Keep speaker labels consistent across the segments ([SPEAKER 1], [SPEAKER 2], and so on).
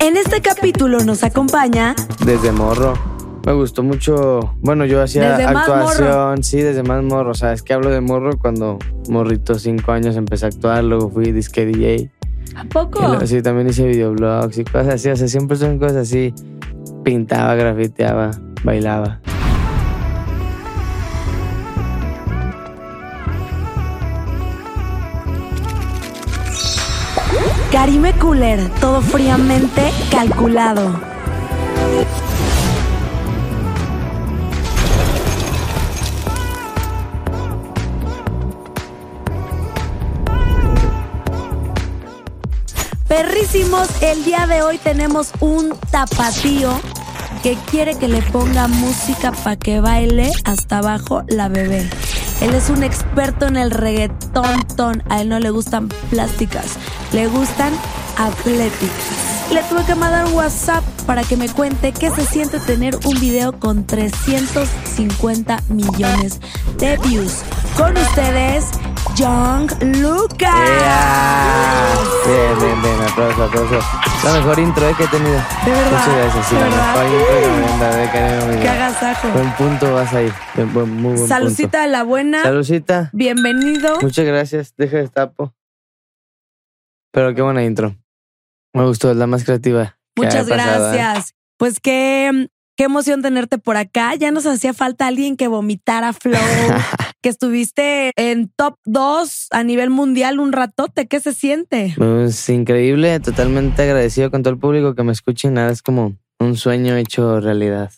[SPEAKER 1] En este capítulo nos acompaña
[SPEAKER 2] Desde morro. Me gustó mucho. Bueno, yo hacía
[SPEAKER 1] Desde más
[SPEAKER 2] actuación, sí, desde más morro. O sea, es que hablo de morro cuando morrito, cinco años, empecé a actuar, luego fui disque DJ.
[SPEAKER 1] ¿A
[SPEAKER 2] Y
[SPEAKER 1] poco?
[SPEAKER 2] luego sí, también hice videoblogs y cosas así. O sea, siempre son cosas así. Pintaba, grafiteaba, bailaba.
[SPEAKER 1] Karime Cooler, todo fríamente calculado. Perrísimos, el día de hoy tenemos un tapatío que quiere que le ponga música para que baile hasta abajo la bebé. Él es un experto en el reggaetón, ton. A él no le gustan plásticas, le gustan atléticas. Le tuve que mandar un WhatsApp para que me cuente qué se siente tener un video con 350 millones de views. Con ustedes, Young Lucas.
[SPEAKER 2] ¡Ea! Bien, bien, bien, aplausos, aplausos. La mejor intro eh, que he tenido.
[SPEAKER 1] De verdad,
[SPEAKER 2] Muchas gracias, sí,
[SPEAKER 1] de
[SPEAKER 2] la
[SPEAKER 1] verdad.
[SPEAKER 2] mejor intro que me han dado, eh, Karen Olivera.
[SPEAKER 1] ¡Qué agasajo!
[SPEAKER 2] Buen punto vas ahí. Buen, buen- muy buen punto.
[SPEAKER 1] Salucita de la buena.
[SPEAKER 2] Salucita.
[SPEAKER 1] Bienvenido.
[SPEAKER 2] Muchas gracias. Deja de tapo. Pero qué buena intro. Me gustó, es la más creativa. que
[SPEAKER 1] Muchas
[SPEAKER 2] haya pasado, ¿eh?
[SPEAKER 1] gracias. Pues qué, qué emoción tenerte por acá. Ya nos hacía falta alguien que vomitara flow, que estuviste en top 2 a nivel mundial un ratote. ¿Qué se siente?
[SPEAKER 2] Es increíble, totalmente agradecido con todo el público que me escuche. Nada, es como un sueño hecho realidad.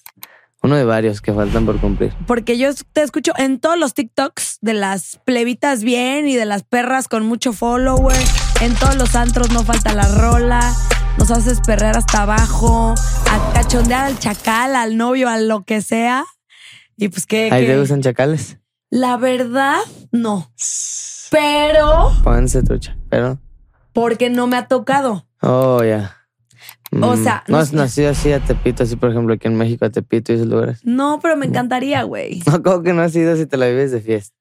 [SPEAKER 2] Uno de varios que faltan por cumplir.
[SPEAKER 1] Porque yo te escucho en todos los TikToks de las plebitas bien y de las perras con mucho follower. En todos los antros no falta la rola. Nos haces perrear hasta abajo, a cachondear al chacal, al novio, a lo que sea. Y pues que...
[SPEAKER 2] ¿Ahí
[SPEAKER 1] que-
[SPEAKER 2] te gustan chacales?
[SPEAKER 1] La verdad, no. Pero
[SPEAKER 2] Pónganse trucha, pero.
[SPEAKER 1] porque no me ha tocado.
[SPEAKER 2] Oh, ya.
[SPEAKER 1] O
[SPEAKER 2] Mm,
[SPEAKER 1] sea,
[SPEAKER 2] No
[SPEAKER 1] no-
[SPEAKER 2] has nacido así a Tepito, así por ejemplo, aquí en México, a Tepito y esos lugares.
[SPEAKER 1] No, pero me encantaría, güey.
[SPEAKER 2] No, como que no has ido si te la vives de fiesta.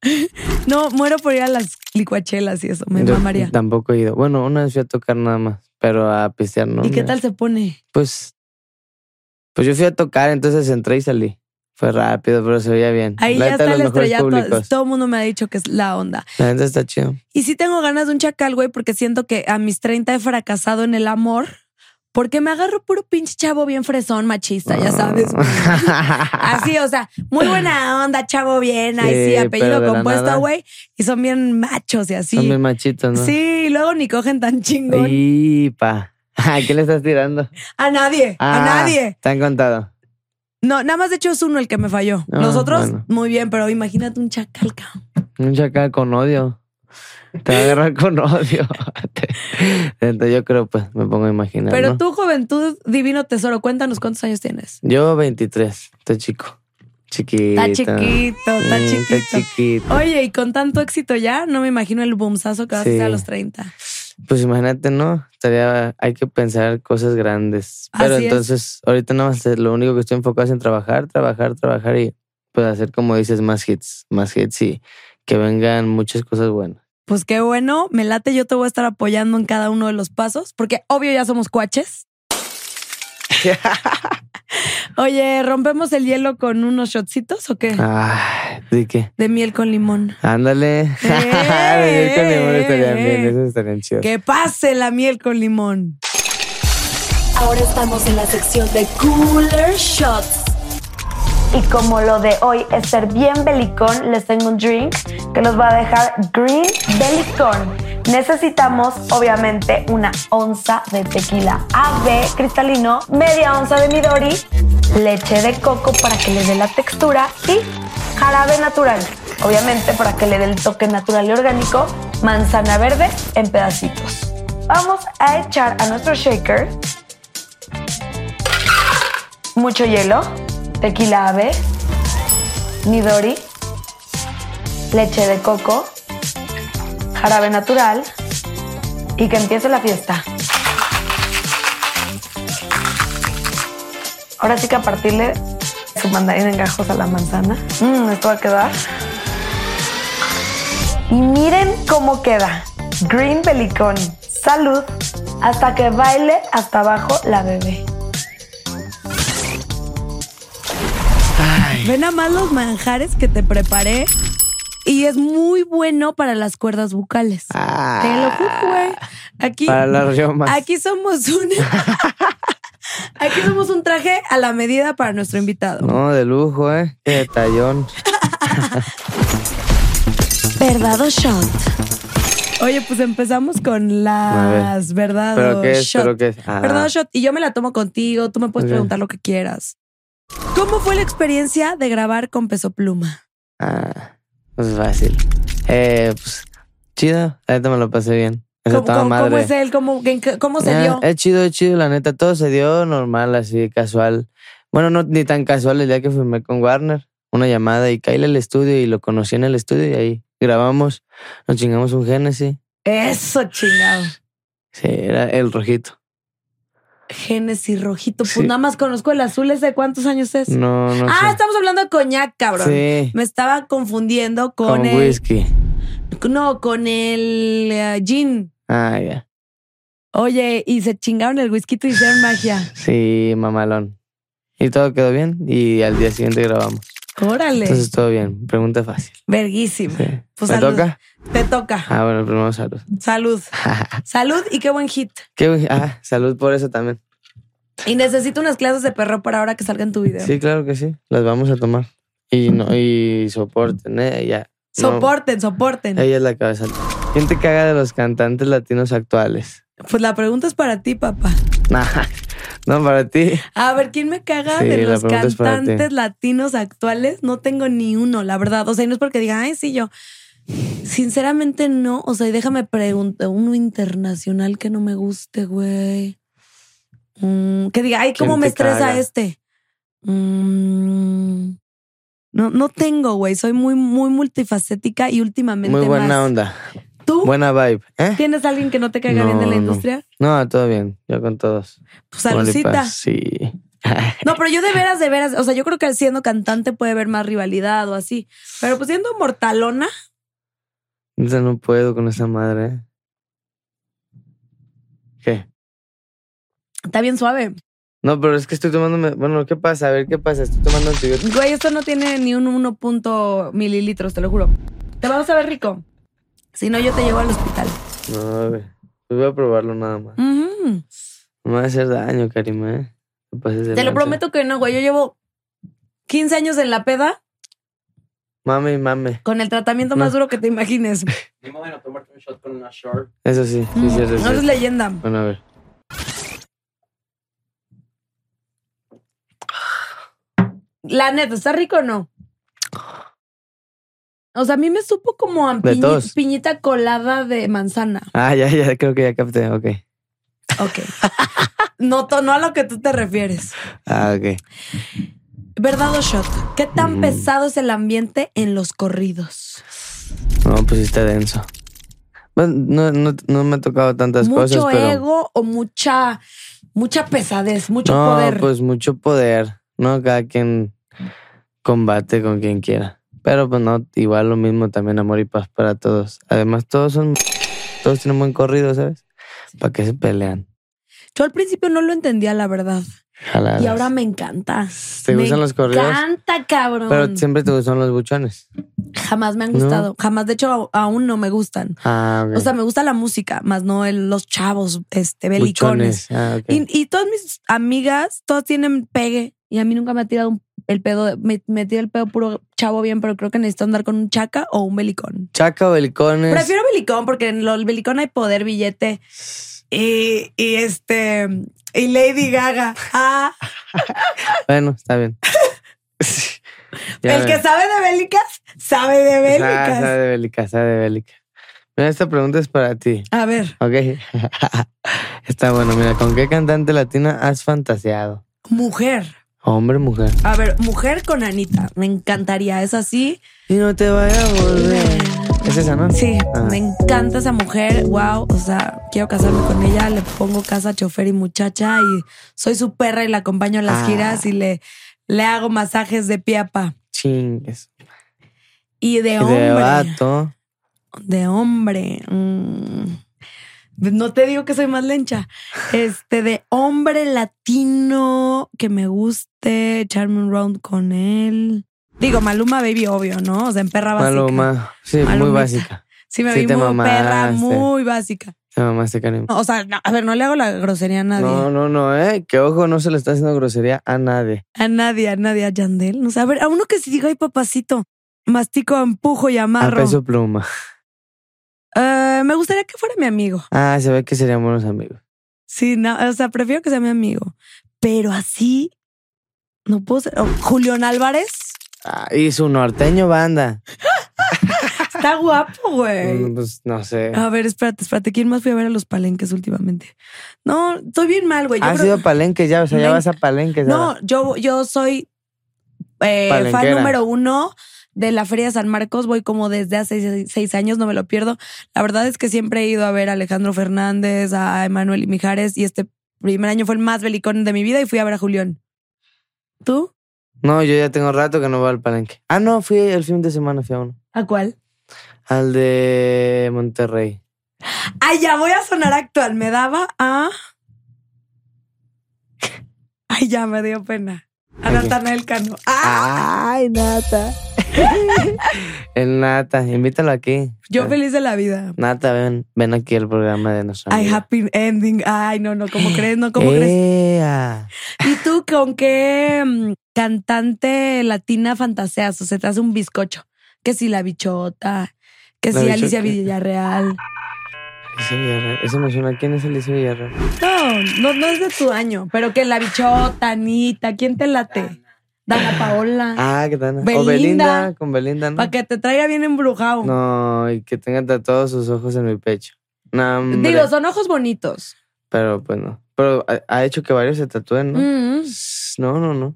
[SPEAKER 1] No, muero por ir a las licuachelas y eso, me
[SPEAKER 2] Yo
[SPEAKER 1] mamaría.
[SPEAKER 2] Tampoco he ido. Bueno, una vez fui a tocar nada más, pero a pistear no.
[SPEAKER 1] ¿Y qué
[SPEAKER 2] mira.
[SPEAKER 1] tal se pone?
[SPEAKER 2] Pues, pues yo fui a tocar, entonces entré y salí. Fue rápido, pero se veía bien.
[SPEAKER 1] Ahí
[SPEAKER 2] La
[SPEAKER 1] ya
[SPEAKER 2] neta,
[SPEAKER 1] está el
[SPEAKER 2] los mejores
[SPEAKER 1] estrellato.
[SPEAKER 2] públicos.
[SPEAKER 1] Todo el mundo me ha dicho que es la onda.
[SPEAKER 2] La gente está chido.
[SPEAKER 1] Y sí tengo ganas de un chacal, güey, porque siento que a mis 30 he fracasado en el amor. Porque me agarro puro pinche chavo bien fresón, machista, ya sabes. güey.
[SPEAKER 2] Ah.
[SPEAKER 1] Así, o sea, muy buena onda, chavo bien, ahí sí,
[SPEAKER 2] Sí, pero
[SPEAKER 1] apellido
[SPEAKER 2] de la
[SPEAKER 1] compuesto,
[SPEAKER 2] nada.
[SPEAKER 1] güey. Y son bien machos y así.
[SPEAKER 2] Son bien machitos, ¿no?
[SPEAKER 1] Sí, y luego ni cogen tan chingón.
[SPEAKER 2] Y pa. ¿A quién le estás tirando?
[SPEAKER 1] A nadie, a
[SPEAKER 2] Ah,
[SPEAKER 1] nadie.
[SPEAKER 2] Te han contado.
[SPEAKER 1] No, nada más de hecho es uno el que me falló.
[SPEAKER 2] Ah,
[SPEAKER 1] Los otros,
[SPEAKER 2] bueno.
[SPEAKER 1] muy bien, pero imagínate un chacal, cabrón.
[SPEAKER 2] Un chacal con odio. Te va a agarrar con odio. Entonces yo creo, pues, me pongo a imaginar.
[SPEAKER 1] Pero
[SPEAKER 2] ¿no?
[SPEAKER 1] tu juventud, divino tesoro, cuéntanos cuántos años tienes.
[SPEAKER 2] Yo 23, estoy chico. Chiquito.
[SPEAKER 1] Está chiquito, está
[SPEAKER 2] Mm,
[SPEAKER 1] chiquito.
[SPEAKER 2] Está chiquito.
[SPEAKER 1] Oye, y con tanto éxito ya, no me imagino el boomzazo que vas a
[SPEAKER 2] Sí.
[SPEAKER 1] hacer a los 30.
[SPEAKER 2] Pues imagínate, ¿no? Estaría, hay que pensar cosas grandes. Pero
[SPEAKER 1] Así es.
[SPEAKER 2] entonces, ahorita nada más lo único que estoy enfocado es en trabajar, trabajar, trabajar y pues hacer, como dices, más hits, más hits y que vengan muchas cosas buenas.
[SPEAKER 1] Pues qué bueno, me late, yo te voy a estar apoyando en cada uno de los pasos, porque obvio ya somos cuaches. Oye, ¿rompemos el hielo con unos shotcitos o
[SPEAKER 2] Ah.
[SPEAKER 1] qué?
[SPEAKER 2] Ay, ¿de qué?
[SPEAKER 1] De miel con limón.
[SPEAKER 2] Ándale.
[SPEAKER 1] Eh,
[SPEAKER 2] Venir con limón estaría bien, eso estaría chido.
[SPEAKER 1] Que pase la miel con limón.
[SPEAKER 3] Ahora estamos en la sección de Cooler Shots.
[SPEAKER 1] Y como lo de hoy es ser bien belicón, les tengo un drink que los va a dejar green belicón. Necesitamos, obviamente, una onza de tequila AB cristalino, media onza de Midori, leche de coco para que le dé la textura y jarabe natural, obviamente para que le dé el toque natural y orgánico, manzana verde en pedacitos. Vamos a echar a nuestro shaker
[SPEAKER 4] Mucho hielo, tequila ave, nidori, leche de coco, jarabe natural y que empiece la fiesta. Ahora sí que a partirle su mandarín en gajos a la manzana. Mm, esto va a quedar. Y miren cómo queda. Green Pelicón. Salud. Hasta que baile hasta abajo la bebé.
[SPEAKER 1] Ven a más los manjares que te preparé. Y es muy bueno para las cuerdas bucales. Te lo juro, güey. Aquí,
[SPEAKER 2] Ah. Para las riomas.
[SPEAKER 1] aquí somos un. aquí somos un traje a la medida para nuestro invitado.
[SPEAKER 2] No, de lujo, ¿eh? Qué detallón.
[SPEAKER 3] Verdad o shot.
[SPEAKER 1] Oye, pues empezamos con
[SPEAKER 2] A
[SPEAKER 1] las verdades.
[SPEAKER 2] ¿Pero qué es?
[SPEAKER 1] shot.
[SPEAKER 2] ¿Pero qué es? Ah.
[SPEAKER 1] Verdad o shot. Y yo me la tomo contigo. Tú me puedes
[SPEAKER 2] Ok.
[SPEAKER 1] preguntar lo que quieras. ¿Cómo fue la experiencia de grabar con peso pluma?
[SPEAKER 2] Ah, pues fácil. Eh, pues, chido. La neta me lo pasé bien. O sea,
[SPEAKER 1] ¿Cómo,
[SPEAKER 2] toda
[SPEAKER 1] cómo-
[SPEAKER 2] madre.
[SPEAKER 1] cómo es él? ¿Cómo, en qué- cómo se
[SPEAKER 2] Ah,
[SPEAKER 1] dio?
[SPEAKER 2] Es chido, es chido, la neta. Todo se dio normal, así, casual. Bueno, no ni tan casual el día que firmé con Warner. Una llamada y caíle al estudio y lo conocí en el estudio y ahí grabamos. Nos chingamos un Genesis.
[SPEAKER 1] Eso, chingado.
[SPEAKER 2] Sí, era el rojito.
[SPEAKER 1] Génesis rojito. Pues
[SPEAKER 2] Sí.
[SPEAKER 1] nada más conozco el azul. ¿Ese de cuántos años es?
[SPEAKER 2] No, no
[SPEAKER 1] ah,
[SPEAKER 2] sé.
[SPEAKER 1] estamos hablando de coñac, cabrón.
[SPEAKER 2] Sí,
[SPEAKER 1] Me estaba confundiendo con,
[SPEAKER 2] con,
[SPEAKER 1] el.
[SPEAKER 2] whisky.
[SPEAKER 1] No, con el eh, gin.
[SPEAKER 2] Ah, ya.
[SPEAKER 1] Oye, y se chingaron el whisky y hicieron magia.
[SPEAKER 2] Sí, mamalón. Y todo quedó bien y al día siguiente grabamos.
[SPEAKER 1] Órale.
[SPEAKER 2] Entonces todo bien. Pregunta fácil.
[SPEAKER 1] Verguísima.
[SPEAKER 2] Sí.
[SPEAKER 1] Pues
[SPEAKER 2] ¿Me
[SPEAKER 1] salud.
[SPEAKER 2] toca?
[SPEAKER 1] Te toca.
[SPEAKER 2] Ah, bueno, primero salud.
[SPEAKER 1] Salud. Salud y qué buen hit.
[SPEAKER 2] Qué bu- ah, salud por eso también.
[SPEAKER 1] Y necesito unas clases de perro para ahora que salga en tu video.
[SPEAKER 2] Sí, claro que sí. Las vamos a tomar. Y no, y soporten, eh, ya. No,
[SPEAKER 1] Soporten, soporten.
[SPEAKER 2] ella es la cabeza. ¿Quién te caga de los cantantes latinos actuales?
[SPEAKER 1] Pues la pregunta es para ti, papá.
[SPEAKER 2] Nah, no, para ti.
[SPEAKER 1] A ver, ¿quién me caga
[SPEAKER 2] Sí,
[SPEAKER 1] de
[SPEAKER 2] la
[SPEAKER 1] los
[SPEAKER 2] pregunta es para ti.
[SPEAKER 1] cantantes latinos actuales? No tengo ni uno, la verdad. O sea, y no es porque diga, ay, sí, yo. Sinceramente no. O sea, y déjame preguntar, uno internacional que no me guste, güey. Mm, que diga, ay, ¿cómo
[SPEAKER 2] ¿Quién
[SPEAKER 1] me
[SPEAKER 2] te
[SPEAKER 1] estresa
[SPEAKER 2] caga?
[SPEAKER 1] este? Mm, no, no tengo, güey. Soy muy, muy multifacética y últimamente
[SPEAKER 2] Muy buena
[SPEAKER 1] más. Uh.
[SPEAKER 2] onda.
[SPEAKER 1] ¿Tú
[SPEAKER 2] Buena vibe. ¿Eh?
[SPEAKER 1] tienes a alguien que no te caiga
[SPEAKER 2] No,
[SPEAKER 1] bien de la
[SPEAKER 2] no.
[SPEAKER 1] industria?
[SPEAKER 2] No, todo bien. Yo con todos.
[SPEAKER 1] Pues saludcita.
[SPEAKER 2] Molipas, Sí.
[SPEAKER 1] No, pero yo de veras, de veras, o sea, yo creo que siendo cantante puede haber más rivalidad o así. Pero pues siendo mortalona,
[SPEAKER 2] Neta, no puedo con esa madre. ¿eh? ¿Qué?
[SPEAKER 1] está bien suave.
[SPEAKER 2] No, pero es que estoy tomándome. Bueno, ¿qué pasa? A ver, ¿qué pasa? Estoy tomando antibióticos.
[SPEAKER 1] Güey, esto no tiene ni un 1 punto mililitros, te lo juro. Te vamos a ver rico. Si no, yo te llevo al hospital.
[SPEAKER 2] No, güey. Pues voy a probarlo nada más.
[SPEAKER 1] Ujú.
[SPEAKER 2] No me va a hacer daño, Karima, ¿eh? No pases de
[SPEAKER 1] Te lo
[SPEAKER 2] lanza.
[SPEAKER 1] prometo que no, güey. Yo llevo 15 años en la peda
[SPEAKER 2] Mame, mame.
[SPEAKER 1] con el tratamiento más
[SPEAKER 2] No.
[SPEAKER 1] duro que te imagines.
[SPEAKER 5] Ni modo de no tomarte un shot con una short.
[SPEAKER 2] Eso sí, sí, sí, sí,
[SPEAKER 1] No
[SPEAKER 2] sí.
[SPEAKER 1] es leyenda.
[SPEAKER 2] Bueno, a ver.
[SPEAKER 1] La neta, ¿está rico o no? O sea, a mí me supo como a
[SPEAKER 2] De
[SPEAKER 1] piñi-
[SPEAKER 2] tos.
[SPEAKER 1] piñita colada de manzana.
[SPEAKER 2] Ah, ya, ya, creo que ya capté. Ok.
[SPEAKER 1] Ok. No, to- no a lo que tú te refieres.
[SPEAKER 2] Ah, ok.
[SPEAKER 1] ¿Verdad o shot? ¿Qué tan
[SPEAKER 2] Mm.
[SPEAKER 1] pesado es el ambiente en los corridos?
[SPEAKER 2] No, pues sí está denso. Bueno, no, no, no me ha tocado tantas
[SPEAKER 1] ¿Mucho
[SPEAKER 2] cosas, pero.
[SPEAKER 1] ego o mucha, mucha pesadez, mucho
[SPEAKER 2] no,
[SPEAKER 1] poder?
[SPEAKER 2] pues mucho poder, ¿no? Cada quien combate con quien quiera. Pero pues no, igual lo mismo también amor y paz para todos. Además, todos son, todos tienen buen corrido, ¿sabes? ¿Para qué se pelean?
[SPEAKER 1] Yo al principio no lo entendía, la verdad.
[SPEAKER 2] Jaladas.
[SPEAKER 1] Y ahora me encanta.
[SPEAKER 2] ¿Te
[SPEAKER 1] me
[SPEAKER 2] gustan los corridos?
[SPEAKER 1] Me encanta, cabrón.
[SPEAKER 2] Pero siempre te gustan los buchones.
[SPEAKER 1] Jamás me han
[SPEAKER 2] ¿No?
[SPEAKER 1] gustado. Jamás, de hecho, a- aún no me gustan.
[SPEAKER 2] Ah, ok.
[SPEAKER 1] O sea, me gusta la música, más no el- los chavos este, belicones.
[SPEAKER 2] Buchones. Ah, ok.
[SPEAKER 1] Y, y todas mis amigas, todas tienen pegue. Y a mí nunca me ha tirado un- el pedo, de- me, me tira el pedo puro chavo bien, pero creo que necesito andar con un chaca o un belicón.
[SPEAKER 2] Chaca o belicones.
[SPEAKER 1] Prefiero belicón porque en lo- el belicón hay poder, billete y, y este y Lady Gaga. Ah,
[SPEAKER 2] Bueno, está bien. Ya
[SPEAKER 1] el que
[SPEAKER 2] ven.
[SPEAKER 1] sabe de bélicas, sabe de
[SPEAKER 2] Ah,
[SPEAKER 1] bélicas.
[SPEAKER 2] sabe de bélica, sabe de bélica. Mira, esta pregunta es para ti.
[SPEAKER 1] A ver,
[SPEAKER 2] Ok. Está bueno, mira, ¿con qué cantante latina has fantaseado?
[SPEAKER 1] mujer.
[SPEAKER 2] Hombre, mujer.
[SPEAKER 1] A ver, mujer con Anita. Me encantaría. Es así.
[SPEAKER 2] Y no te vaya a volver. ¿Es esa, no?
[SPEAKER 1] Sí,
[SPEAKER 2] Ah.
[SPEAKER 1] me encanta esa mujer. Wow. O sea, quiero casarme con ella. Le pongo casa, chofer y muchacha. Y soy su perra y la acompaño en las
[SPEAKER 2] Ah.
[SPEAKER 1] giras y le, le hago masajes de piapa.
[SPEAKER 2] Chingues.
[SPEAKER 1] Y de
[SPEAKER 2] Y
[SPEAKER 1] hombre.
[SPEAKER 2] De vato.
[SPEAKER 1] De hombre. mm. No te digo que soy más lencha. Este, de hombre latino que me guste, echarme un round con él. Digo, Maluma Baby, obvio, ¿no? O sea, en perra básica.
[SPEAKER 2] Maluma. Sí, muy
[SPEAKER 1] Malumita.
[SPEAKER 2] básica.
[SPEAKER 1] Sí, me
[SPEAKER 2] Sí
[SPEAKER 1] vi
[SPEAKER 2] te
[SPEAKER 1] muy perra,
[SPEAKER 2] mamaste.
[SPEAKER 1] muy básica.
[SPEAKER 2] Te mamaste, Karim.
[SPEAKER 1] No, O sea, no, a ver, no le hago la grosería a nadie.
[SPEAKER 2] No, no, no, eh. Que ojo, no se le está haciendo grosería a nadie.
[SPEAKER 1] A nadie, a nadie, a Yandel. No sé, a ver, a uno que se diga, ay, papacito, mastico, empujo y
[SPEAKER 2] A
[SPEAKER 1] amarro.
[SPEAKER 2] peso pluma.
[SPEAKER 1] Eh, me gustaría que fuera mi amigo.
[SPEAKER 2] Ah, se ve que serían buenos amigos.
[SPEAKER 1] Sí, no, o sea, prefiero que sea mi amigo. Pero así no puedo ser. Oh, Julián Álvarez
[SPEAKER 2] Ah, y su norteño banda.
[SPEAKER 1] está guapo, güey.
[SPEAKER 2] Mm, Pues no sé.
[SPEAKER 1] A ver, espérate, espérate. ¿Quién más fui a ver a los palenques últimamente? No, estoy bien mal, güey. Yo
[SPEAKER 2] Has
[SPEAKER 1] creo-
[SPEAKER 2] ido a Palenque ya, o sea, ya
[SPEAKER 1] Me-
[SPEAKER 2] vas a Palenque.
[SPEAKER 1] No, yo, yo soy eh, fan
[SPEAKER 2] Palenquera.
[SPEAKER 1] número uno de la Feria de San Marcos. Voy como desde hace seis, seis años, no me lo pierdo. La verdad es que siempre he ido a ver a Alejandro Fernández, a Emanuel y Mijares, y este primer año fue el más belicón de mi vida y fui a ver a Julián. ¿Tú?
[SPEAKER 2] No, yo ya tengo rato que no voy al Palenque. Ah, no, fui el fin de semana, fui a uno.
[SPEAKER 1] ¿A cuál?
[SPEAKER 2] Al de Monterrey.
[SPEAKER 1] Ay, ya voy a sonar actual. Me daba a. Ay, ya me dio pena. A
[SPEAKER 2] ¿A qué?
[SPEAKER 1] Natanael Cano. ¡Ah!
[SPEAKER 2] Ay, Nata. El Nata, invítalo aquí. Eh,
[SPEAKER 1] Yo feliz de la vida.
[SPEAKER 2] Nata, ven, ven aquí al programa de nuestra
[SPEAKER 1] Ay,
[SPEAKER 2] amiga. Eh.
[SPEAKER 1] happy ending. Ay, no, no, ¿cómo crees? No, ¿cómo crees?
[SPEAKER 2] Ea.
[SPEAKER 1] ¿Y tú con qué mm, cantante latina fantaseas? O sea, te hace un bizcocho. Que si la bichota, que
[SPEAKER 2] ¿La
[SPEAKER 1] si
[SPEAKER 2] Bichota?
[SPEAKER 1] Alicia Villarreal.
[SPEAKER 2] Alicia Villarreal, Eso me suena. ¿Quién es Alicia Villarreal?
[SPEAKER 1] No, no, no es de tu año, pero que la bichota, Anita, ¿quién te late? Dana Paola.
[SPEAKER 2] Ah, qué tal. O
[SPEAKER 1] Belinda.
[SPEAKER 2] Belinda, con Belinda, ¿no?
[SPEAKER 1] Para que te traiga bien embrujado.
[SPEAKER 2] No, y que tenga tatuados sus ojos en mi pecho. No, hombre.
[SPEAKER 1] Digo, son ojos bonitos.
[SPEAKER 2] Pero pues no. Pero ha, ha hecho que varios se tatúen, ¿no?
[SPEAKER 1] Mm,
[SPEAKER 2] No, no, no.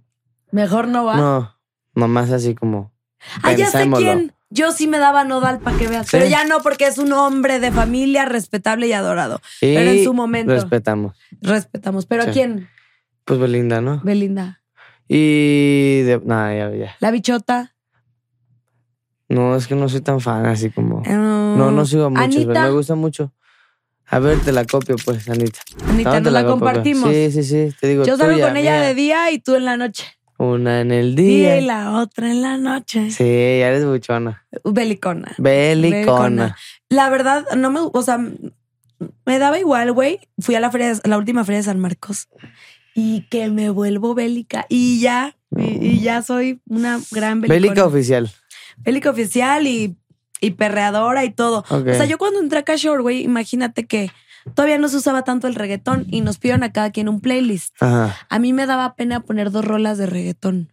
[SPEAKER 1] mejor no va.
[SPEAKER 2] No, nomás así como.
[SPEAKER 1] ah, ya sé
[SPEAKER 2] pensémoslo.
[SPEAKER 1] quién. Yo sí me daba nodal para que veas.
[SPEAKER 2] ¿Sí?
[SPEAKER 1] Pero ya no, porque es un hombre de familia respetable y adorado.
[SPEAKER 2] Y
[SPEAKER 1] Pero en su momento.
[SPEAKER 2] Respetamos.
[SPEAKER 1] Respetamos. ¿Pero a
[SPEAKER 2] Sí.
[SPEAKER 1] quién?
[SPEAKER 2] Pues Belinda, ¿no?
[SPEAKER 1] Belinda.
[SPEAKER 2] Y. De... No, ya, ya.
[SPEAKER 1] La bichota.
[SPEAKER 2] No, es que no soy tan fan así como.
[SPEAKER 1] No,
[SPEAKER 2] No, no sigo mucho,
[SPEAKER 1] Anita,
[SPEAKER 2] pero me gusta mucho. A ver, te la copio, pues, Anita.
[SPEAKER 1] Anita,
[SPEAKER 2] No,
[SPEAKER 1] nos
[SPEAKER 2] te
[SPEAKER 1] la,
[SPEAKER 2] copio, pues.
[SPEAKER 1] compartimos.
[SPEAKER 2] Sí, sí, sí. Te digo,
[SPEAKER 1] Yo salgo
[SPEAKER 2] tuya,
[SPEAKER 1] con ella
[SPEAKER 2] mía.
[SPEAKER 1] de día y tú en la noche.
[SPEAKER 2] Una en el
[SPEAKER 1] Día
[SPEAKER 2] día.
[SPEAKER 1] y la otra en la noche.
[SPEAKER 2] Sí, ya eres buchona.
[SPEAKER 1] Belicona.
[SPEAKER 2] Belicona.
[SPEAKER 1] La verdad, no me, o sea, me daba igual, güey. Fui a la feria, de- la última feria de San Marcos y que me vuelvo bélica y ya, y, y ya soy una gran bélica.
[SPEAKER 2] Bélica oficial.
[SPEAKER 1] Bélica oficial y, y perreadora y todo.
[SPEAKER 2] Ok.
[SPEAKER 1] O sea, yo cuando entré a Cashore, güey, imagínate que todavía no se usaba tanto el reggaetón y nos pidieron a cada quien un playlist.
[SPEAKER 2] Ajá.
[SPEAKER 1] A mí me daba pena poner dos rolas de reggaetón.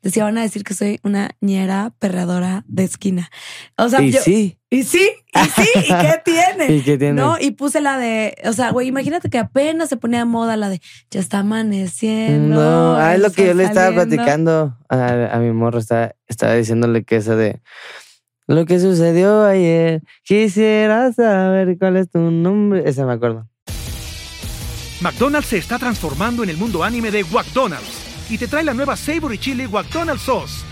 [SPEAKER 1] Decía, van a decir que soy una ñera perreadora de esquina. O sea,
[SPEAKER 2] y
[SPEAKER 1] yo,
[SPEAKER 2] sí.
[SPEAKER 1] y sí, y sí, ¿y qué tiene?
[SPEAKER 2] ¿Y qué tiene?
[SPEAKER 1] No, y puse la de, o sea, güey, imagínate que apenas se ponía de moda la de ya está amaneciendo.
[SPEAKER 2] No, ah, es lo que
[SPEAKER 1] está
[SPEAKER 2] yo le estaba
[SPEAKER 1] saliendo".
[SPEAKER 2] platicando a, a mi morro. Estaba, estaba diciéndole que esa de lo que sucedió ayer. Quisiera saber cuál es tu nombre. Esa me acuerdo.
[SPEAKER 6] McDonald's se está transformando en el mundo anime de McDonald's y te trae la nueva Savory Chili McDonald's Sauce.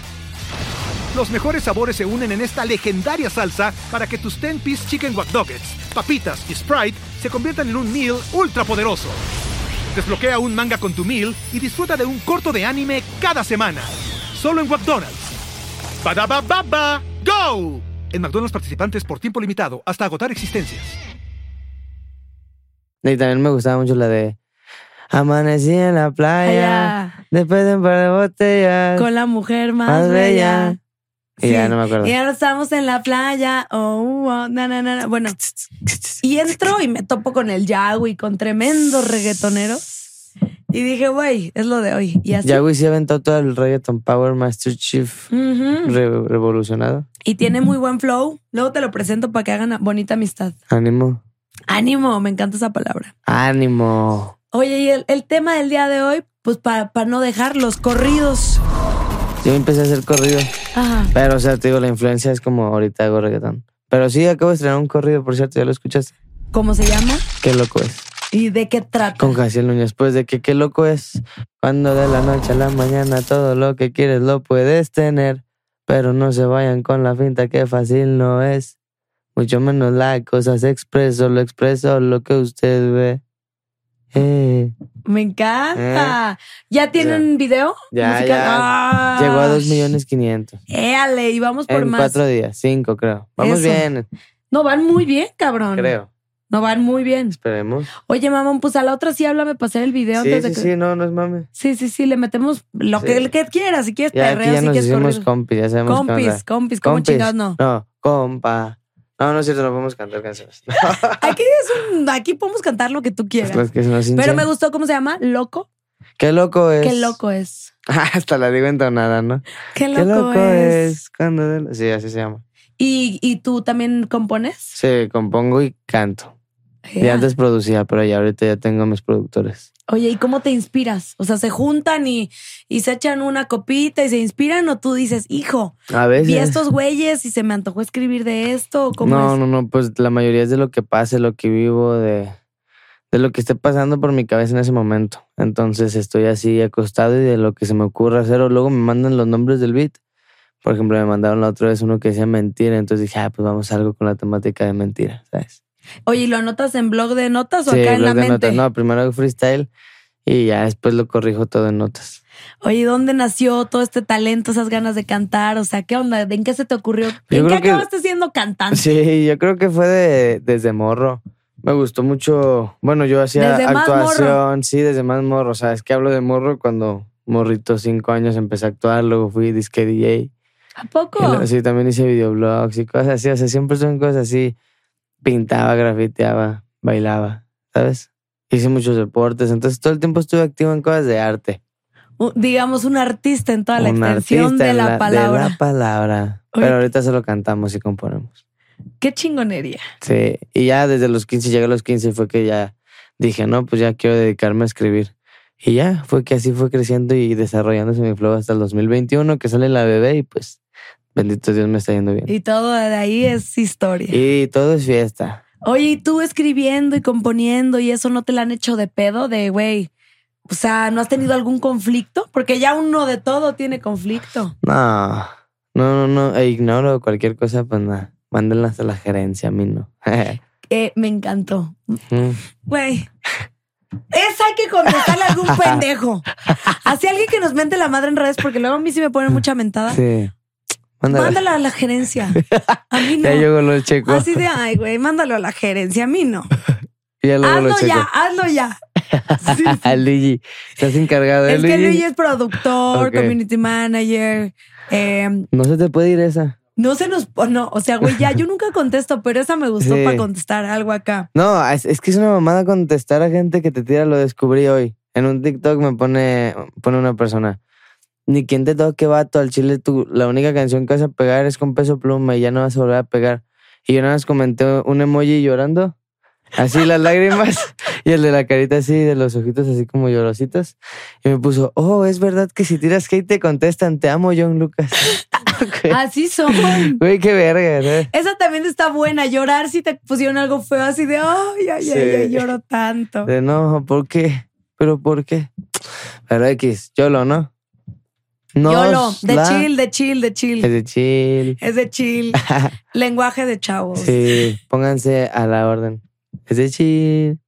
[SPEAKER 6] Los mejores sabores se unen en esta legendaria salsa para que tus 10-piece chicken wack doggets, papitas y Sprite se conviertan en un meal ultra poderoso. Desbloquea un manga con tu meal y disfruta de un corto de anime cada semana. Solo en McDonald's. Badaba baba, go. En McDonald's participantes por tiempo limitado hasta agotar existencias.
[SPEAKER 2] Y también me gustaba mucho la de Amanecí en la playa.
[SPEAKER 1] Allá,
[SPEAKER 2] Después de un par de botellas.
[SPEAKER 1] con la mujer más,
[SPEAKER 2] Más
[SPEAKER 1] bella.
[SPEAKER 2] bella. Y ya no me acuerdo.
[SPEAKER 1] Y ahora estamos en la playa. Oh, uh, oh, na, na, na, na. Bueno, y entro y me topo con el Yagüi, con tremendos reggaetoneros. Y dije, güey, es lo de hoy. Y así.
[SPEAKER 2] Yagüi sí aventó todo el reggaeton Power Master Chief
[SPEAKER 1] Ujú.
[SPEAKER 2] re- revolucionado.
[SPEAKER 1] Y tiene muy buen flow. Luego te lo presento para que hagan bonita amistad.
[SPEAKER 2] Ánimo.
[SPEAKER 1] Ánimo, me encanta esa palabra.
[SPEAKER 2] Ánimo.
[SPEAKER 1] Oye, y el, el tema del día de hoy, pues para, para no dejar los corridos.
[SPEAKER 2] Yo empecé a hacer corrido.
[SPEAKER 1] Ajá.
[SPEAKER 2] Pero, o sea, te digo, la influencia es como ahorita hago reggaetón. Pero sí, acabo de estrenar un corrido, por cierto, ya lo escuchaste.
[SPEAKER 1] ¿Cómo se llama?
[SPEAKER 2] Qué loco es.
[SPEAKER 1] ¿Y de qué trata?
[SPEAKER 2] Con Jaciel Núñez, pues de que qué loco es. Cuando de la noche a la mañana todo lo que quieres lo puedes tener. Pero no se vayan con la finta que fácil no es. Mucho menos la cosa se expreso, lo expreso lo que usted ve. Eh,
[SPEAKER 1] Me encanta. ¿Ya tiene
[SPEAKER 2] Ya.
[SPEAKER 1] un video?
[SPEAKER 2] Ya,
[SPEAKER 1] musical?
[SPEAKER 2] ya.
[SPEAKER 1] Ah.
[SPEAKER 2] llegó a 2 millones 500.
[SPEAKER 1] Éale, y vamos por
[SPEAKER 2] En
[SPEAKER 1] más.
[SPEAKER 2] cuatro días, cinco creo. Vamos
[SPEAKER 1] Eso.
[SPEAKER 2] bien,
[SPEAKER 1] No, van muy bien, cabrón.
[SPEAKER 2] creo.
[SPEAKER 1] No, van muy bien.
[SPEAKER 2] Esperemos.
[SPEAKER 1] Oye, mamón, pues a la otra sí háblame para hacer el video
[SPEAKER 2] Sí,
[SPEAKER 1] antes
[SPEAKER 2] sí,
[SPEAKER 1] de que.
[SPEAKER 2] sí, no, no es mame.
[SPEAKER 1] Sí, sí, sí, le metemos lo
[SPEAKER 2] Sí.
[SPEAKER 1] que, el que quieras, si quieres
[SPEAKER 2] Ya aquí
[SPEAKER 1] perreo,
[SPEAKER 2] ya
[SPEAKER 1] si
[SPEAKER 2] nos
[SPEAKER 1] quieres
[SPEAKER 2] hicimos
[SPEAKER 1] correr.
[SPEAKER 2] compis, ya sabemos qué onda.
[SPEAKER 1] Compis, compis, ¿cómo
[SPEAKER 2] Compis.
[SPEAKER 1] chingados no?
[SPEAKER 2] No, compa. No, no es cierto, no podemos cantar canciones.
[SPEAKER 1] Aquí es un, aquí podemos cantar lo que tú quieras.
[SPEAKER 2] Las que se nos
[SPEAKER 1] Pero
[SPEAKER 2] hinchan.
[SPEAKER 1] me gustó cómo se llama, loco.
[SPEAKER 2] Qué loco es.
[SPEAKER 1] Qué loco es.
[SPEAKER 2] Hasta la digo entonada, ¿no?
[SPEAKER 1] Qué
[SPEAKER 2] Pues, Qué
[SPEAKER 1] loco,
[SPEAKER 2] loco
[SPEAKER 1] es.
[SPEAKER 2] es. cuando de- Sí, así se llama.
[SPEAKER 1] ¿Y, y tú también compones?
[SPEAKER 2] Sí, compongo y canto. Y
[SPEAKER 1] Ya.
[SPEAKER 2] antes producía, pero ya ahorita ya tengo mis productores.
[SPEAKER 1] Oye, ¿y cómo te inspiras? O sea, se juntan y, y se echan una copita y se inspiran o tú dices, hijo,
[SPEAKER 2] A veces.
[SPEAKER 1] vi a estos güeyes y se me antojó escribir de esto. ¿o ¿Cómo
[SPEAKER 2] no,
[SPEAKER 1] es?
[SPEAKER 2] no, no, pues la mayoría es de lo que pase, lo que vivo, de, de lo que esté pasando por mi cabeza en ese momento. Entonces estoy así acostado y de lo que se me ocurra hacer, o luego me mandan los nombres del beat. Por ejemplo, me mandaron la otra vez uno que decía mentira, entonces dije, ah, pues vamos a algo con la temática de mentira, ¿sabes?
[SPEAKER 1] Oye, ¿y lo anotas en blog de notas o acá en la
[SPEAKER 2] blog de
[SPEAKER 1] mente?
[SPEAKER 2] notas. No, primero hago freestyle y ya después lo corrijo todo en notas.
[SPEAKER 1] Oye, ¿dónde nació todo este talento, esas ganas de cantar? O sea, ¿qué onda? ¿En qué se te ocurrió? ¿En
[SPEAKER 2] creo
[SPEAKER 1] qué
[SPEAKER 2] que-
[SPEAKER 1] acabaste siendo cantante?
[SPEAKER 2] Sí, yo creo que fue de, desde morro. Me gustó mucho. Bueno, yo hacía
[SPEAKER 1] Desde más morro.
[SPEAKER 2] actuación, sí, desde más morro. O sea, es que hablo de morro cuando morrito, cinco años, empecé a actuar, luego fui disque DJ.
[SPEAKER 1] ¿A poco?
[SPEAKER 2] Y luego- sí, también hice videoblogs y cosas así. O sea, siempre son cosas así. Pintaba, grafiteaba, bailaba, ¿sabes? Hice muchos deportes. Entonces todo el tiempo estuve activo en cosas de arte.
[SPEAKER 1] U- digamos, un artista en toda la
[SPEAKER 2] Un
[SPEAKER 1] extensión
[SPEAKER 2] artista
[SPEAKER 1] de
[SPEAKER 2] en
[SPEAKER 1] la, palabra.
[SPEAKER 2] De la palabra.
[SPEAKER 1] Oye.
[SPEAKER 2] Pero ahorita solo cantamos y componemos.
[SPEAKER 1] Qué chingonería.
[SPEAKER 2] Sí. Y ya desde los 15, llegué a los 15 y fue que ya dije, no, pues ya quiero dedicarme a escribir. Y ya, fue que así fue creciendo y desarrollándose mi flow hasta el 2021, que sale la bebé y pues, bendito Dios, me está yendo bien.
[SPEAKER 1] Y todo de ahí es historia.
[SPEAKER 2] Y todo es fiesta.
[SPEAKER 1] Oye, ¿y tú escribiendo y componiendo y eso no te la han hecho de pedo? De, güey, o sea, ¿no has tenido algún conflicto? Porque ya uno de todo tiene conflicto.
[SPEAKER 2] No, no, no, no, e ignoro cualquier cosa, pues nada. Mándenlas a la gerencia, a mí no. Mm,
[SPEAKER 1] Eh, me encantó. Güey. Esa hay que contestarle a algún pendejo. Así alguien que nos mente la madre en redes, porque luego a mí sí me ponen mucha mentada.
[SPEAKER 2] sí. Mándala.
[SPEAKER 1] Ah. Mándala a la gerencia. A mí
[SPEAKER 2] Ya
[SPEAKER 1] no.
[SPEAKER 2] llegó los checos.
[SPEAKER 1] Así de, ay, güey, mándalo a la gerencia. A mí no.
[SPEAKER 2] Ya luego
[SPEAKER 1] Hazlo
[SPEAKER 2] los checo.
[SPEAKER 1] ya, hazlo ya. Sí, sí.
[SPEAKER 2] A Luigi. Estás encargado de
[SPEAKER 1] Es
[SPEAKER 2] Luigi.
[SPEAKER 1] que Luigi es productor,
[SPEAKER 2] Ok.
[SPEAKER 1] community manager. eh,
[SPEAKER 2] No se te puede ir esa.
[SPEAKER 1] no se nos. oh, No, o sea, güey, ya yo nunca contesto, pero esa me gustó
[SPEAKER 2] Sí.
[SPEAKER 1] para contestar algo acá.
[SPEAKER 2] No, es, es que es una mamada contestar a gente que te tira. Lo descubrí hoy. En un TikTok me pone, pone una persona. Ni quien te toque vato al chile, tú, la única canción que vas a pegar es con peso pluma y ya no vas a volver a pegar. Y yo nada más comenté un emoji llorando, así las lágrimas, y el de la carita así, de los ojitos así como llorositos. Y me puso, oh, es verdad que si tiras hate te contestan, te amo, John Lucas. Ok.
[SPEAKER 1] Así son.
[SPEAKER 2] Güey, qué verga, ¿sabes?
[SPEAKER 1] Esa también está buena, llorar si te pusieron algo feo así de, ay, ay, ay,
[SPEAKER 2] Sí.
[SPEAKER 1] ay, lloro tanto.
[SPEAKER 2] De no, ¿por qué? ¿Pero por qué? Pero X, YOLO, ¿no? No. pues,
[SPEAKER 1] Yolo, de chill, de chill, de
[SPEAKER 2] Es
[SPEAKER 1] chill.
[SPEAKER 2] de chill.
[SPEAKER 1] Es de chill. Lenguaje de chavos.
[SPEAKER 2] Sí, pónganse a la orden. Es de chill.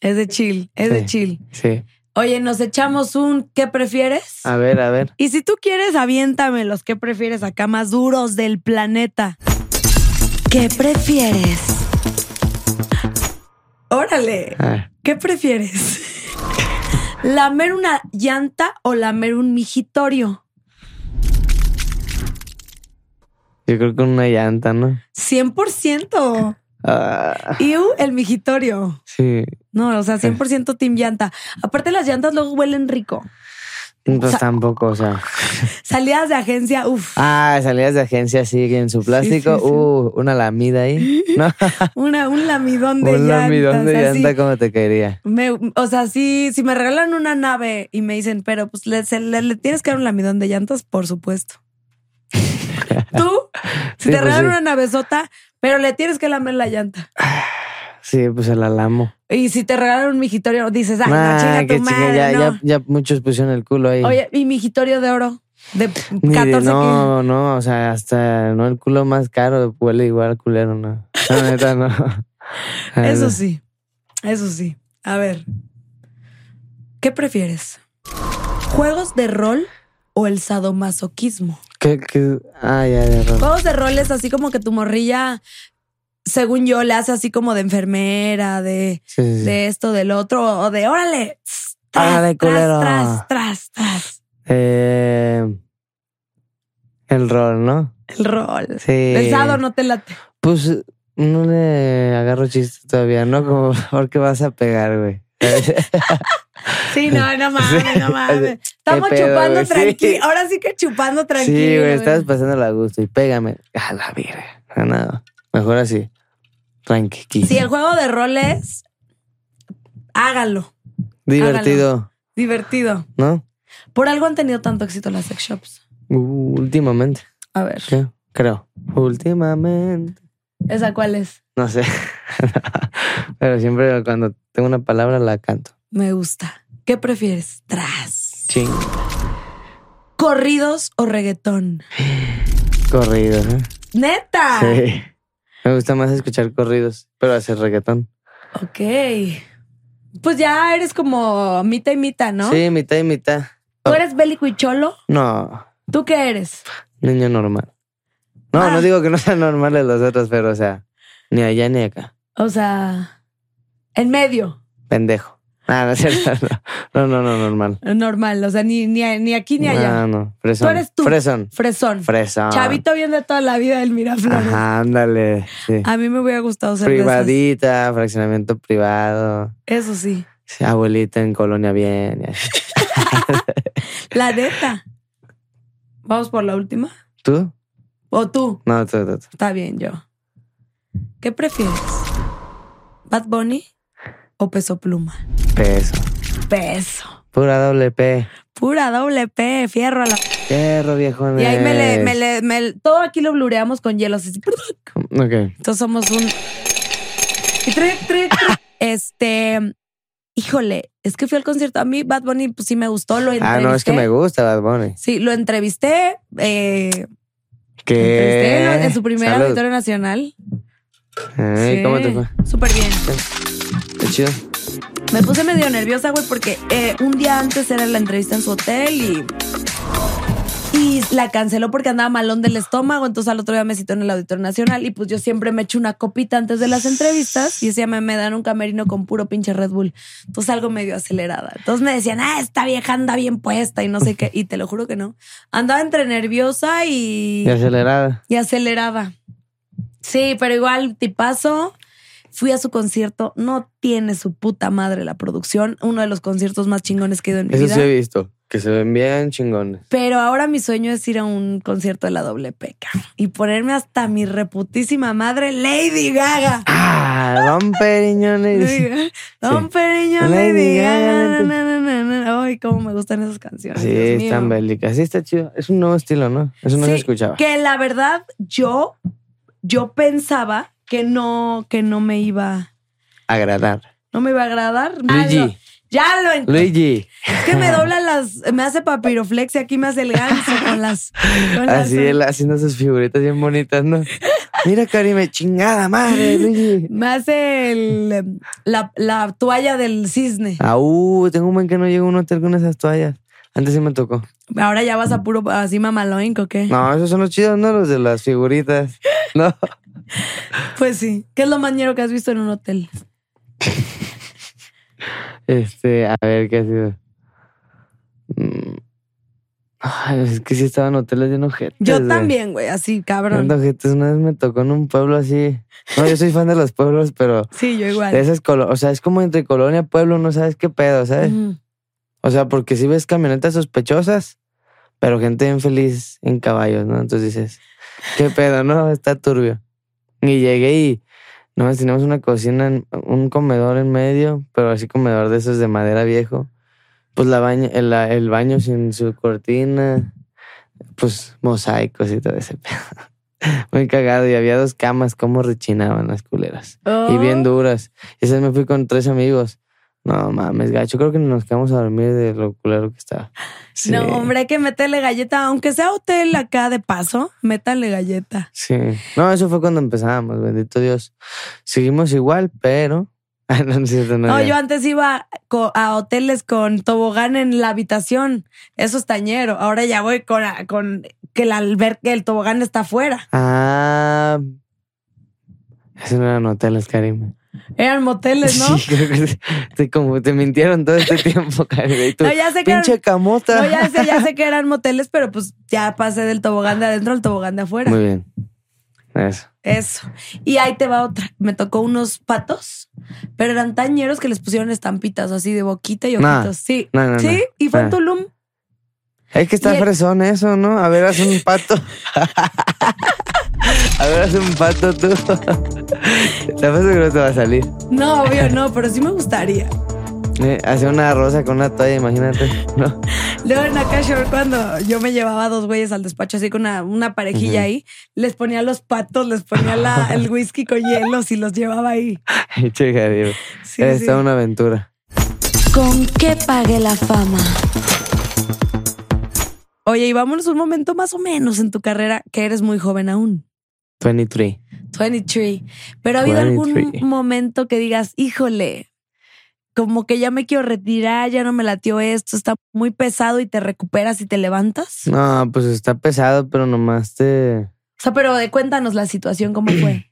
[SPEAKER 1] Es de chill, es de
[SPEAKER 2] Sí.
[SPEAKER 1] chill.
[SPEAKER 2] Sí.
[SPEAKER 1] Oye, nos echamos un ¿qué prefieres?
[SPEAKER 2] A ver, a ver.
[SPEAKER 1] Y si tú quieres, aviéntame los que prefieres acá más duros del planeta.
[SPEAKER 3] ¿Qué prefieres?
[SPEAKER 1] Órale,
[SPEAKER 2] Ah,
[SPEAKER 1] ¿qué prefieres? ¿Lamer una llanta o lamer un mijitorio?
[SPEAKER 2] yo creo que una llanta, ¿no?
[SPEAKER 1] 100%.
[SPEAKER 2] Ah,
[SPEAKER 1] Y el mijitorio.
[SPEAKER 2] sí.
[SPEAKER 1] No, o sea, 100% team llanta. Aparte las llantas luego huelen rico.
[SPEAKER 2] Pues
[SPEAKER 1] Sa-
[SPEAKER 2] tampoco, o sea.
[SPEAKER 1] Salidas de agencia, uff.
[SPEAKER 2] Ah, salidas de agencia, sí, que en su plástico.
[SPEAKER 1] sí, sí.
[SPEAKER 2] Uh, una lamida ahí. No,
[SPEAKER 1] Una, un lamidón de
[SPEAKER 2] un
[SPEAKER 1] llantas.
[SPEAKER 2] lamidón de
[SPEAKER 1] así.
[SPEAKER 2] llanta como te quería.
[SPEAKER 1] Me- o sea, sí, si me regalan una nave y me dicen, pero pues le, se- le- le tienes que dar un lamidón de llantas, por supuesto. Tú, si
[SPEAKER 2] Sí,
[SPEAKER 1] te
[SPEAKER 2] pues
[SPEAKER 1] regalan
[SPEAKER 2] sí.
[SPEAKER 1] una navezota, pero le tienes que lamer la llanta.
[SPEAKER 2] Sí, pues se la lamo.
[SPEAKER 1] Y si te regalan un mijitorio, dices, ay,
[SPEAKER 2] Ah,
[SPEAKER 1] no, chinga
[SPEAKER 2] qué
[SPEAKER 1] tu
[SPEAKER 2] chinga,
[SPEAKER 1] madre.
[SPEAKER 2] ya,
[SPEAKER 1] no.
[SPEAKER 2] ya, ya muchos pusieron el culo ahí.
[SPEAKER 1] Oye, y mijitorio de oro de 14
[SPEAKER 2] Ni de-
[SPEAKER 1] que-
[SPEAKER 2] no, no, o sea, hasta no el culo más caro huele igual culero, no. La neta, no. La
[SPEAKER 1] Eso
[SPEAKER 2] neta.
[SPEAKER 1] sí, eso sí. A ver, ¿qué prefieres? ¿Juegos de rol o el sadomasoquismo?
[SPEAKER 2] ¿Qué, qué? Ah, ya, ya, ya.
[SPEAKER 1] Juegos de rol es así como que tu morrilla, según yo, le hace así como de enfermera, de,
[SPEAKER 2] Sí, sí, sí.
[SPEAKER 1] de esto, del otro, o de órale. tss, Tras,
[SPEAKER 2] Órale, culero.
[SPEAKER 1] tras, tras, tras, tras.
[SPEAKER 2] Eh, el rol, ¿no?
[SPEAKER 1] El rol.
[SPEAKER 2] Sí.
[SPEAKER 1] El sado no te late.
[SPEAKER 2] Pues no le agarro chiste todavía, ¿no? Como porque vas a pegar, güey.
[SPEAKER 1] Sí, no, no mames, no mames. Estamos
[SPEAKER 2] pedo,
[SPEAKER 1] chupando
[SPEAKER 2] güey? Sí.
[SPEAKER 1] tranquilo. Ahora sí que chupando tranquilo.
[SPEAKER 2] sí, güey, estabas
[SPEAKER 1] güey.
[SPEAKER 2] pasándola a gusto y pégame. A la virga. Ganado. Mejor así. Tranqui.
[SPEAKER 1] Si el juego de rol es, hágalo.
[SPEAKER 2] Divertido,
[SPEAKER 1] Divertido.
[SPEAKER 2] ¿no?
[SPEAKER 1] Por algo han tenido tanto éxito las sex shops.
[SPEAKER 2] U- Uh, Últimamente,
[SPEAKER 1] A ver,
[SPEAKER 2] creo. Creo. Últimamente.
[SPEAKER 1] ¿esa cuál es?
[SPEAKER 2] No sé. Pero siempre cuando tengo una palabra la canto.
[SPEAKER 1] Me gusta. ¿Qué prefieres? Tras.
[SPEAKER 2] Ching.
[SPEAKER 1] ¿Corridos o reggaetón?
[SPEAKER 2] Corrido, ¿eh?
[SPEAKER 1] ¡Neta!
[SPEAKER 2] Sí. Me gusta más escuchar corridos, pero hacer reggaetón.
[SPEAKER 1] Ok. Pues ya eres como mitad y mitad, ¿no?
[SPEAKER 2] Sí, mitad y mitad.
[SPEAKER 1] ¿Tú eres bélico y cholo?
[SPEAKER 2] No,
[SPEAKER 1] ¿Tú qué eres?
[SPEAKER 2] niño normal. No,
[SPEAKER 1] Ah.
[SPEAKER 2] no digo que no sean normales los otros, pero o sea, ni allá ni acá.
[SPEAKER 1] O sea, en medio.
[SPEAKER 2] Pendejo. Ah, no es cierto. No, no, no, no, normal.
[SPEAKER 1] Normal. O sea, ni, ni, ni aquí ni allá.
[SPEAKER 2] No, no. Fresón.
[SPEAKER 1] Tú eres tú.
[SPEAKER 2] Fresón.
[SPEAKER 1] Fresón.
[SPEAKER 2] Fresón.
[SPEAKER 1] Chavito bien de toda la vida del Miraflores.
[SPEAKER 2] ah. Ajá, ándale. Sí.
[SPEAKER 1] A mí me hubiera gustado ser de esas.
[SPEAKER 2] Privadita, fraccionamiento privado.
[SPEAKER 1] Eso sí.
[SPEAKER 2] Sí, Abuelita en colonia bien. y así.
[SPEAKER 1] La neta. Vamos por la última.
[SPEAKER 2] ¿Tú?
[SPEAKER 1] O tú.
[SPEAKER 2] No, tú, tú, tú.
[SPEAKER 1] Está bien, yo. ¿Qué prefieres? ¿Bad Bunny o peso pluma?
[SPEAKER 2] Peso.
[SPEAKER 1] Peso.
[SPEAKER 2] Pura doble P.
[SPEAKER 1] Pura doble P, fierro a la.
[SPEAKER 2] Perro viejo.
[SPEAKER 1] Y ahí me le, me le- me- todo aquí lo blureamos con hielos. así.
[SPEAKER 2] Ok.
[SPEAKER 1] Entonces somos un. Y tric, tric, tric. Este. Híjole, es que fui al concierto. A mí Bad Bunny, pues sí me gustó. Lo entrevisté.
[SPEAKER 2] Ah, no, es que me gusta Bad Bunny.
[SPEAKER 1] Sí, lo entrevisté. Eh, entrevisté en,
[SPEAKER 2] ¿Qué?
[SPEAKER 1] en su primer
[SPEAKER 2] Salud.
[SPEAKER 1] auditorio nacional.
[SPEAKER 2] Ay,
[SPEAKER 1] Sí,
[SPEAKER 2] ¿Cómo te fue?
[SPEAKER 1] Súper bien.
[SPEAKER 2] Qué chido.
[SPEAKER 1] Me puse medio nerviosa, güey, porque eh, un día antes era la entrevista en su hotel y, y la canceló porque andaba malón del estómago. Entonces al otro día me citó en el Auditorio Nacional y pues yo siempre me echo una copita antes de las entrevistas y ese día me, me dan un camerino con puro pinche Red Bull. Entonces algo medio acelerada. Entonces me decían, ah, esta vieja anda bien puesta y no sé qué. Y te lo juro que no. Andaba entre nerviosa y
[SPEAKER 2] Y acelerada.
[SPEAKER 1] y aceleraba. Sí, pero igual, tipazo. Fui a su concierto. No tiene su puta madre la producción. Uno de los conciertos más chingones que he ido en mi
[SPEAKER 2] Eso
[SPEAKER 1] vida.
[SPEAKER 2] sí he visto. Que se ven bien chingones.
[SPEAKER 1] Pero ahora mi sueño es ir a un concierto de la doble peca y ponerme hasta mi reputísima madre Lady Gaga.
[SPEAKER 2] Ah, don Periñones.
[SPEAKER 1] Don Periñón,
[SPEAKER 2] Lady
[SPEAKER 1] Lady
[SPEAKER 2] Gaga.
[SPEAKER 1] Gaga. na, na, na, na, na. Ay, cómo me gustan esas canciones.
[SPEAKER 2] Sí,
[SPEAKER 1] Dios mío.
[SPEAKER 2] están bélicas. Sí, está chido. Es un nuevo estilo, ¿no? Eso no se
[SPEAKER 1] Sí,
[SPEAKER 2] escuchaba.
[SPEAKER 1] Que la verdad, yo, yo pensaba que no, que no me iba.
[SPEAKER 2] Agradar.
[SPEAKER 1] No me iba a agradar. Ah,
[SPEAKER 2] Luigi.
[SPEAKER 1] lo- Ya lo en-
[SPEAKER 2] Luigi.
[SPEAKER 1] Es que me dobla las. Me hace papiroflex y aquí me hace el ganso con las. con las-
[SPEAKER 2] Así él haciendo sus figuritas bien bonitas, ¿no? Mira, Karime, chingada madre, Luigi.
[SPEAKER 1] Me hace el, la, la toalla del cisne.
[SPEAKER 2] Aú, tengo un buen que no llega a un hotel con esas toallas. Antes sí me tocó.
[SPEAKER 1] Ahora ya vas a puro así mamaloinco, ¿o qué?
[SPEAKER 2] No, esos son los chidos, ¿no? Los de las figuritas. No.
[SPEAKER 1] Pues sí. ¿Qué es lo mañero que has visto en un hotel?
[SPEAKER 2] Este, a ver, ¿qué ha sido? Mm. Ay, es que sí estaban hoteles de ojetes.
[SPEAKER 1] Yo
[SPEAKER 2] güey.
[SPEAKER 1] también, güey, así,
[SPEAKER 2] Bien
[SPEAKER 1] cabrón.
[SPEAKER 2] ojetes. Una vez me tocó en un pueblo así. No, yo soy fan de los pueblos, pero
[SPEAKER 1] Sí, yo igual.
[SPEAKER 2] de esas colo- O sea, es como entre colonia y pueblo, no sabes qué pedo, ¿sabes?
[SPEAKER 1] Ujú.
[SPEAKER 2] O sea, porque si ves camionetas sospechosas, pero gente infeliz en caballos, ¿no? Entonces dices, qué pedo, ¿no? Está turbio. Y llegué y, no, tenemos una cocina, en- un comedor en medio, pero así comedor de esos de madera viejo. Pues la baña- el, la- el baño sin su cortina, pues mosaicos y todo ese pedo. Muy cagado. Y había dos camas, cómo rechinaban las culeras. Y bien duras. Y esa vez me fui con tres amigos. No mames, gacho. Creo que nos quedamos a dormir de lo culero que estaba. Sí.
[SPEAKER 1] Oh, No, hombre, hay que meterle galleta, aunque sea hotel acá de paso, métale galleta.
[SPEAKER 2] Sí. No, eso fue cuando empezábamos, bendito Dios. Seguimos igual, pero. Ah, no, no es cierto, no,
[SPEAKER 1] No,
[SPEAKER 2] ya.
[SPEAKER 1] yo antes iba co- a hoteles con tobogán en la habitación. Eso es tañero. Ahora ya voy con, con que la alberca, el tobogán está afuera.
[SPEAKER 2] Ah. Eso no eran hoteles, Karim.
[SPEAKER 1] Eran moteles, ¿no?
[SPEAKER 2] Sí, creo que te, te como, te mintieron todo este tiempo, Karim. Y tú,
[SPEAKER 1] No, ya sé que
[SPEAKER 2] pinche
[SPEAKER 1] eran-
[SPEAKER 2] camota.
[SPEAKER 1] No, ya sé, ya sé que eran moteles, pero pues ya pasé del tobogán de adentro al tobogán de afuera.
[SPEAKER 2] Muy bien. Eso.
[SPEAKER 1] Eso. Y ahí te va otra. Me tocó unos patos, pero eran tañeros que les pusieron estampitas así de boquita y
[SPEAKER 2] Nah.
[SPEAKER 1] ojitos. Sí.
[SPEAKER 2] No, no,
[SPEAKER 1] sí,
[SPEAKER 2] no.
[SPEAKER 1] y fue en
[SPEAKER 2] Ah.
[SPEAKER 1] Tulum.
[SPEAKER 2] Es que está
[SPEAKER 1] Y el-
[SPEAKER 2] fresón eso, ¿no? A ver, haz un pato. A ver, haz un pato tú. Te apuesto que no te va a salir.
[SPEAKER 1] No, obvio, no, pero sí me gustaría.
[SPEAKER 2] Eh, hacer una rosa con una toalla, imagínate. No.
[SPEAKER 1] Luego en Akashore, cuando yo me llevaba a dos güeyes al despacho, así con una, una parejilla
[SPEAKER 2] Ujú.
[SPEAKER 1] ahí, les ponía los patos, les ponía la- el whisky con hielos y los llevaba ahí.
[SPEAKER 2] Che, Javier.
[SPEAKER 1] Sí,
[SPEAKER 2] Es
[SPEAKER 1] sí.
[SPEAKER 2] toda una aventura.
[SPEAKER 1] ¿Con qué pagué la fama? Oye, y vámonos un momento más o menos en tu carrera, que eres muy joven aún,
[SPEAKER 2] 23.
[SPEAKER 1] 23. Pero ha habido algún
[SPEAKER 2] 23.
[SPEAKER 1] momento que digas, híjole, como que ya me quiero retirar, ya no me latió esto, está muy pesado y te recuperas y te levantas.
[SPEAKER 2] No, pues está pesado, pero nomás te.
[SPEAKER 1] O sea, pero de- cuéntanos la situación, ¿cómo fue?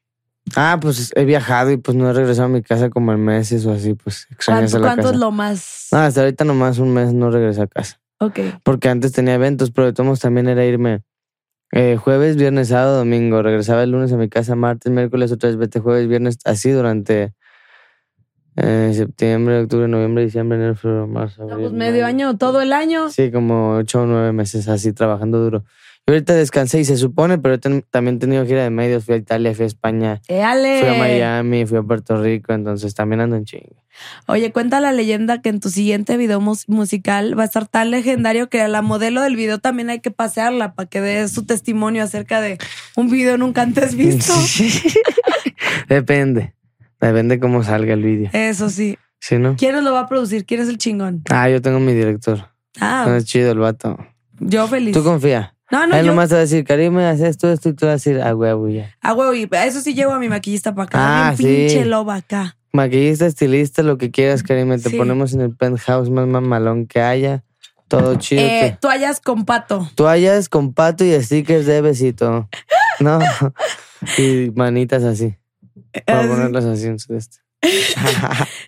[SPEAKER 2] Ah, pues he viajado y pues no he regresado a mi casa como en meses o así, pues extrañas
[SPEAKER 1] ¿Cuánto,
[SPEAKER 2] a la Ah.
[SPEAKER 1] cuánto
[SPEAKER 2] casa.
[SPEAKER 1] es lo más?
[SPEAKER 2] No, hasta ahorita nomás un mes no regresé a casa.
[SPEAKER 1] Ok.
[SPEAKER 2] porque antes tenía eventos, pero de todos modos también era irme eh, jueves, viernes, sábado, domingo. Regresaba el lunes a mi casa, martes, miércoles, otra vez vete jueves, viernes, así durante eh, septiembre, octubre, noviembre, diciembre, enero, febrero, marzo.
[SPEAKER 1] No,
[SPEAKER 2] abril,
[SPEAKER 1] pues medio
[SPEAKER 2] mayo.
[SPEAKER 1] año, todo el año.
[SPEAKER 2] Sí, como ocho o nueve meses así trabajando duro. Y ahorita descansé y se supone, pero he ten- también he tenido gira de medios. Fui a Italia, fui a España,
[SPEAKER 1] Éale.
[SPEAKER 2] fui a Miami, fui a Puerto Rico, entonces también ando en chinga.
[SPEAKER 1] Oye, cuenta la leyenda que en tu siguiente video mus- musical va a estar tan legendario que a la modelo del video también hay que pasearla para que dé su testimonio acerca de un video nunca antes visto.
[SPEAKER 2] Depende. Depende cómo salga el vídeo.
[SPEAKER 1] Eso sí.
[SPEAKER 2] ¿Sí, no?
[SPEAKER 1] ¿Quién lo va a producir? ¿Quién es el chingón?
[SPEAKER 2] Ah, yo tengo mi director. No
[SPEAKER 1] Ah,
[SPEAKER 2] es chido el vato.
[SPEAKER 1] yo feliz.
[SPEAKER 2] Tú confía.
[SPEAKER 1] No, no,
[SPEAKER 2] Él
[SPEAKER 1] yo.
[SPEAKER 2] nomás te va a decir, Karim, haces esto, esto, y tú vas a decir, ah, huevo, ya.
[SPEAKER 1] Ah, huevo, y eso sí llevo a mi maquillista para acá.
[SPEAKER 2] Ah,
[SPEAKER 1] bien
[SPEAKER 2] sí.
[SPEAKER 1] pinche loba acá.
[SPEAKER 2] Maquillista, estilista, lo que quieras, Karim. Te
[SPEAKER 1] Sí.
[SPEAKER 2] ponemos en el penthouse más mamalón que haya. Todo chido.
[SPEAKER 1] Eh,
[SPEAKER 2] te-
[SPEAKER 1] toallas con pato.
[SPEAKER 2] Toallas con pato y stickers de besito. No. y manitas así. Para
[SPEAKER 1] Así.
[SPEAKER 2] ponerlas así en su este.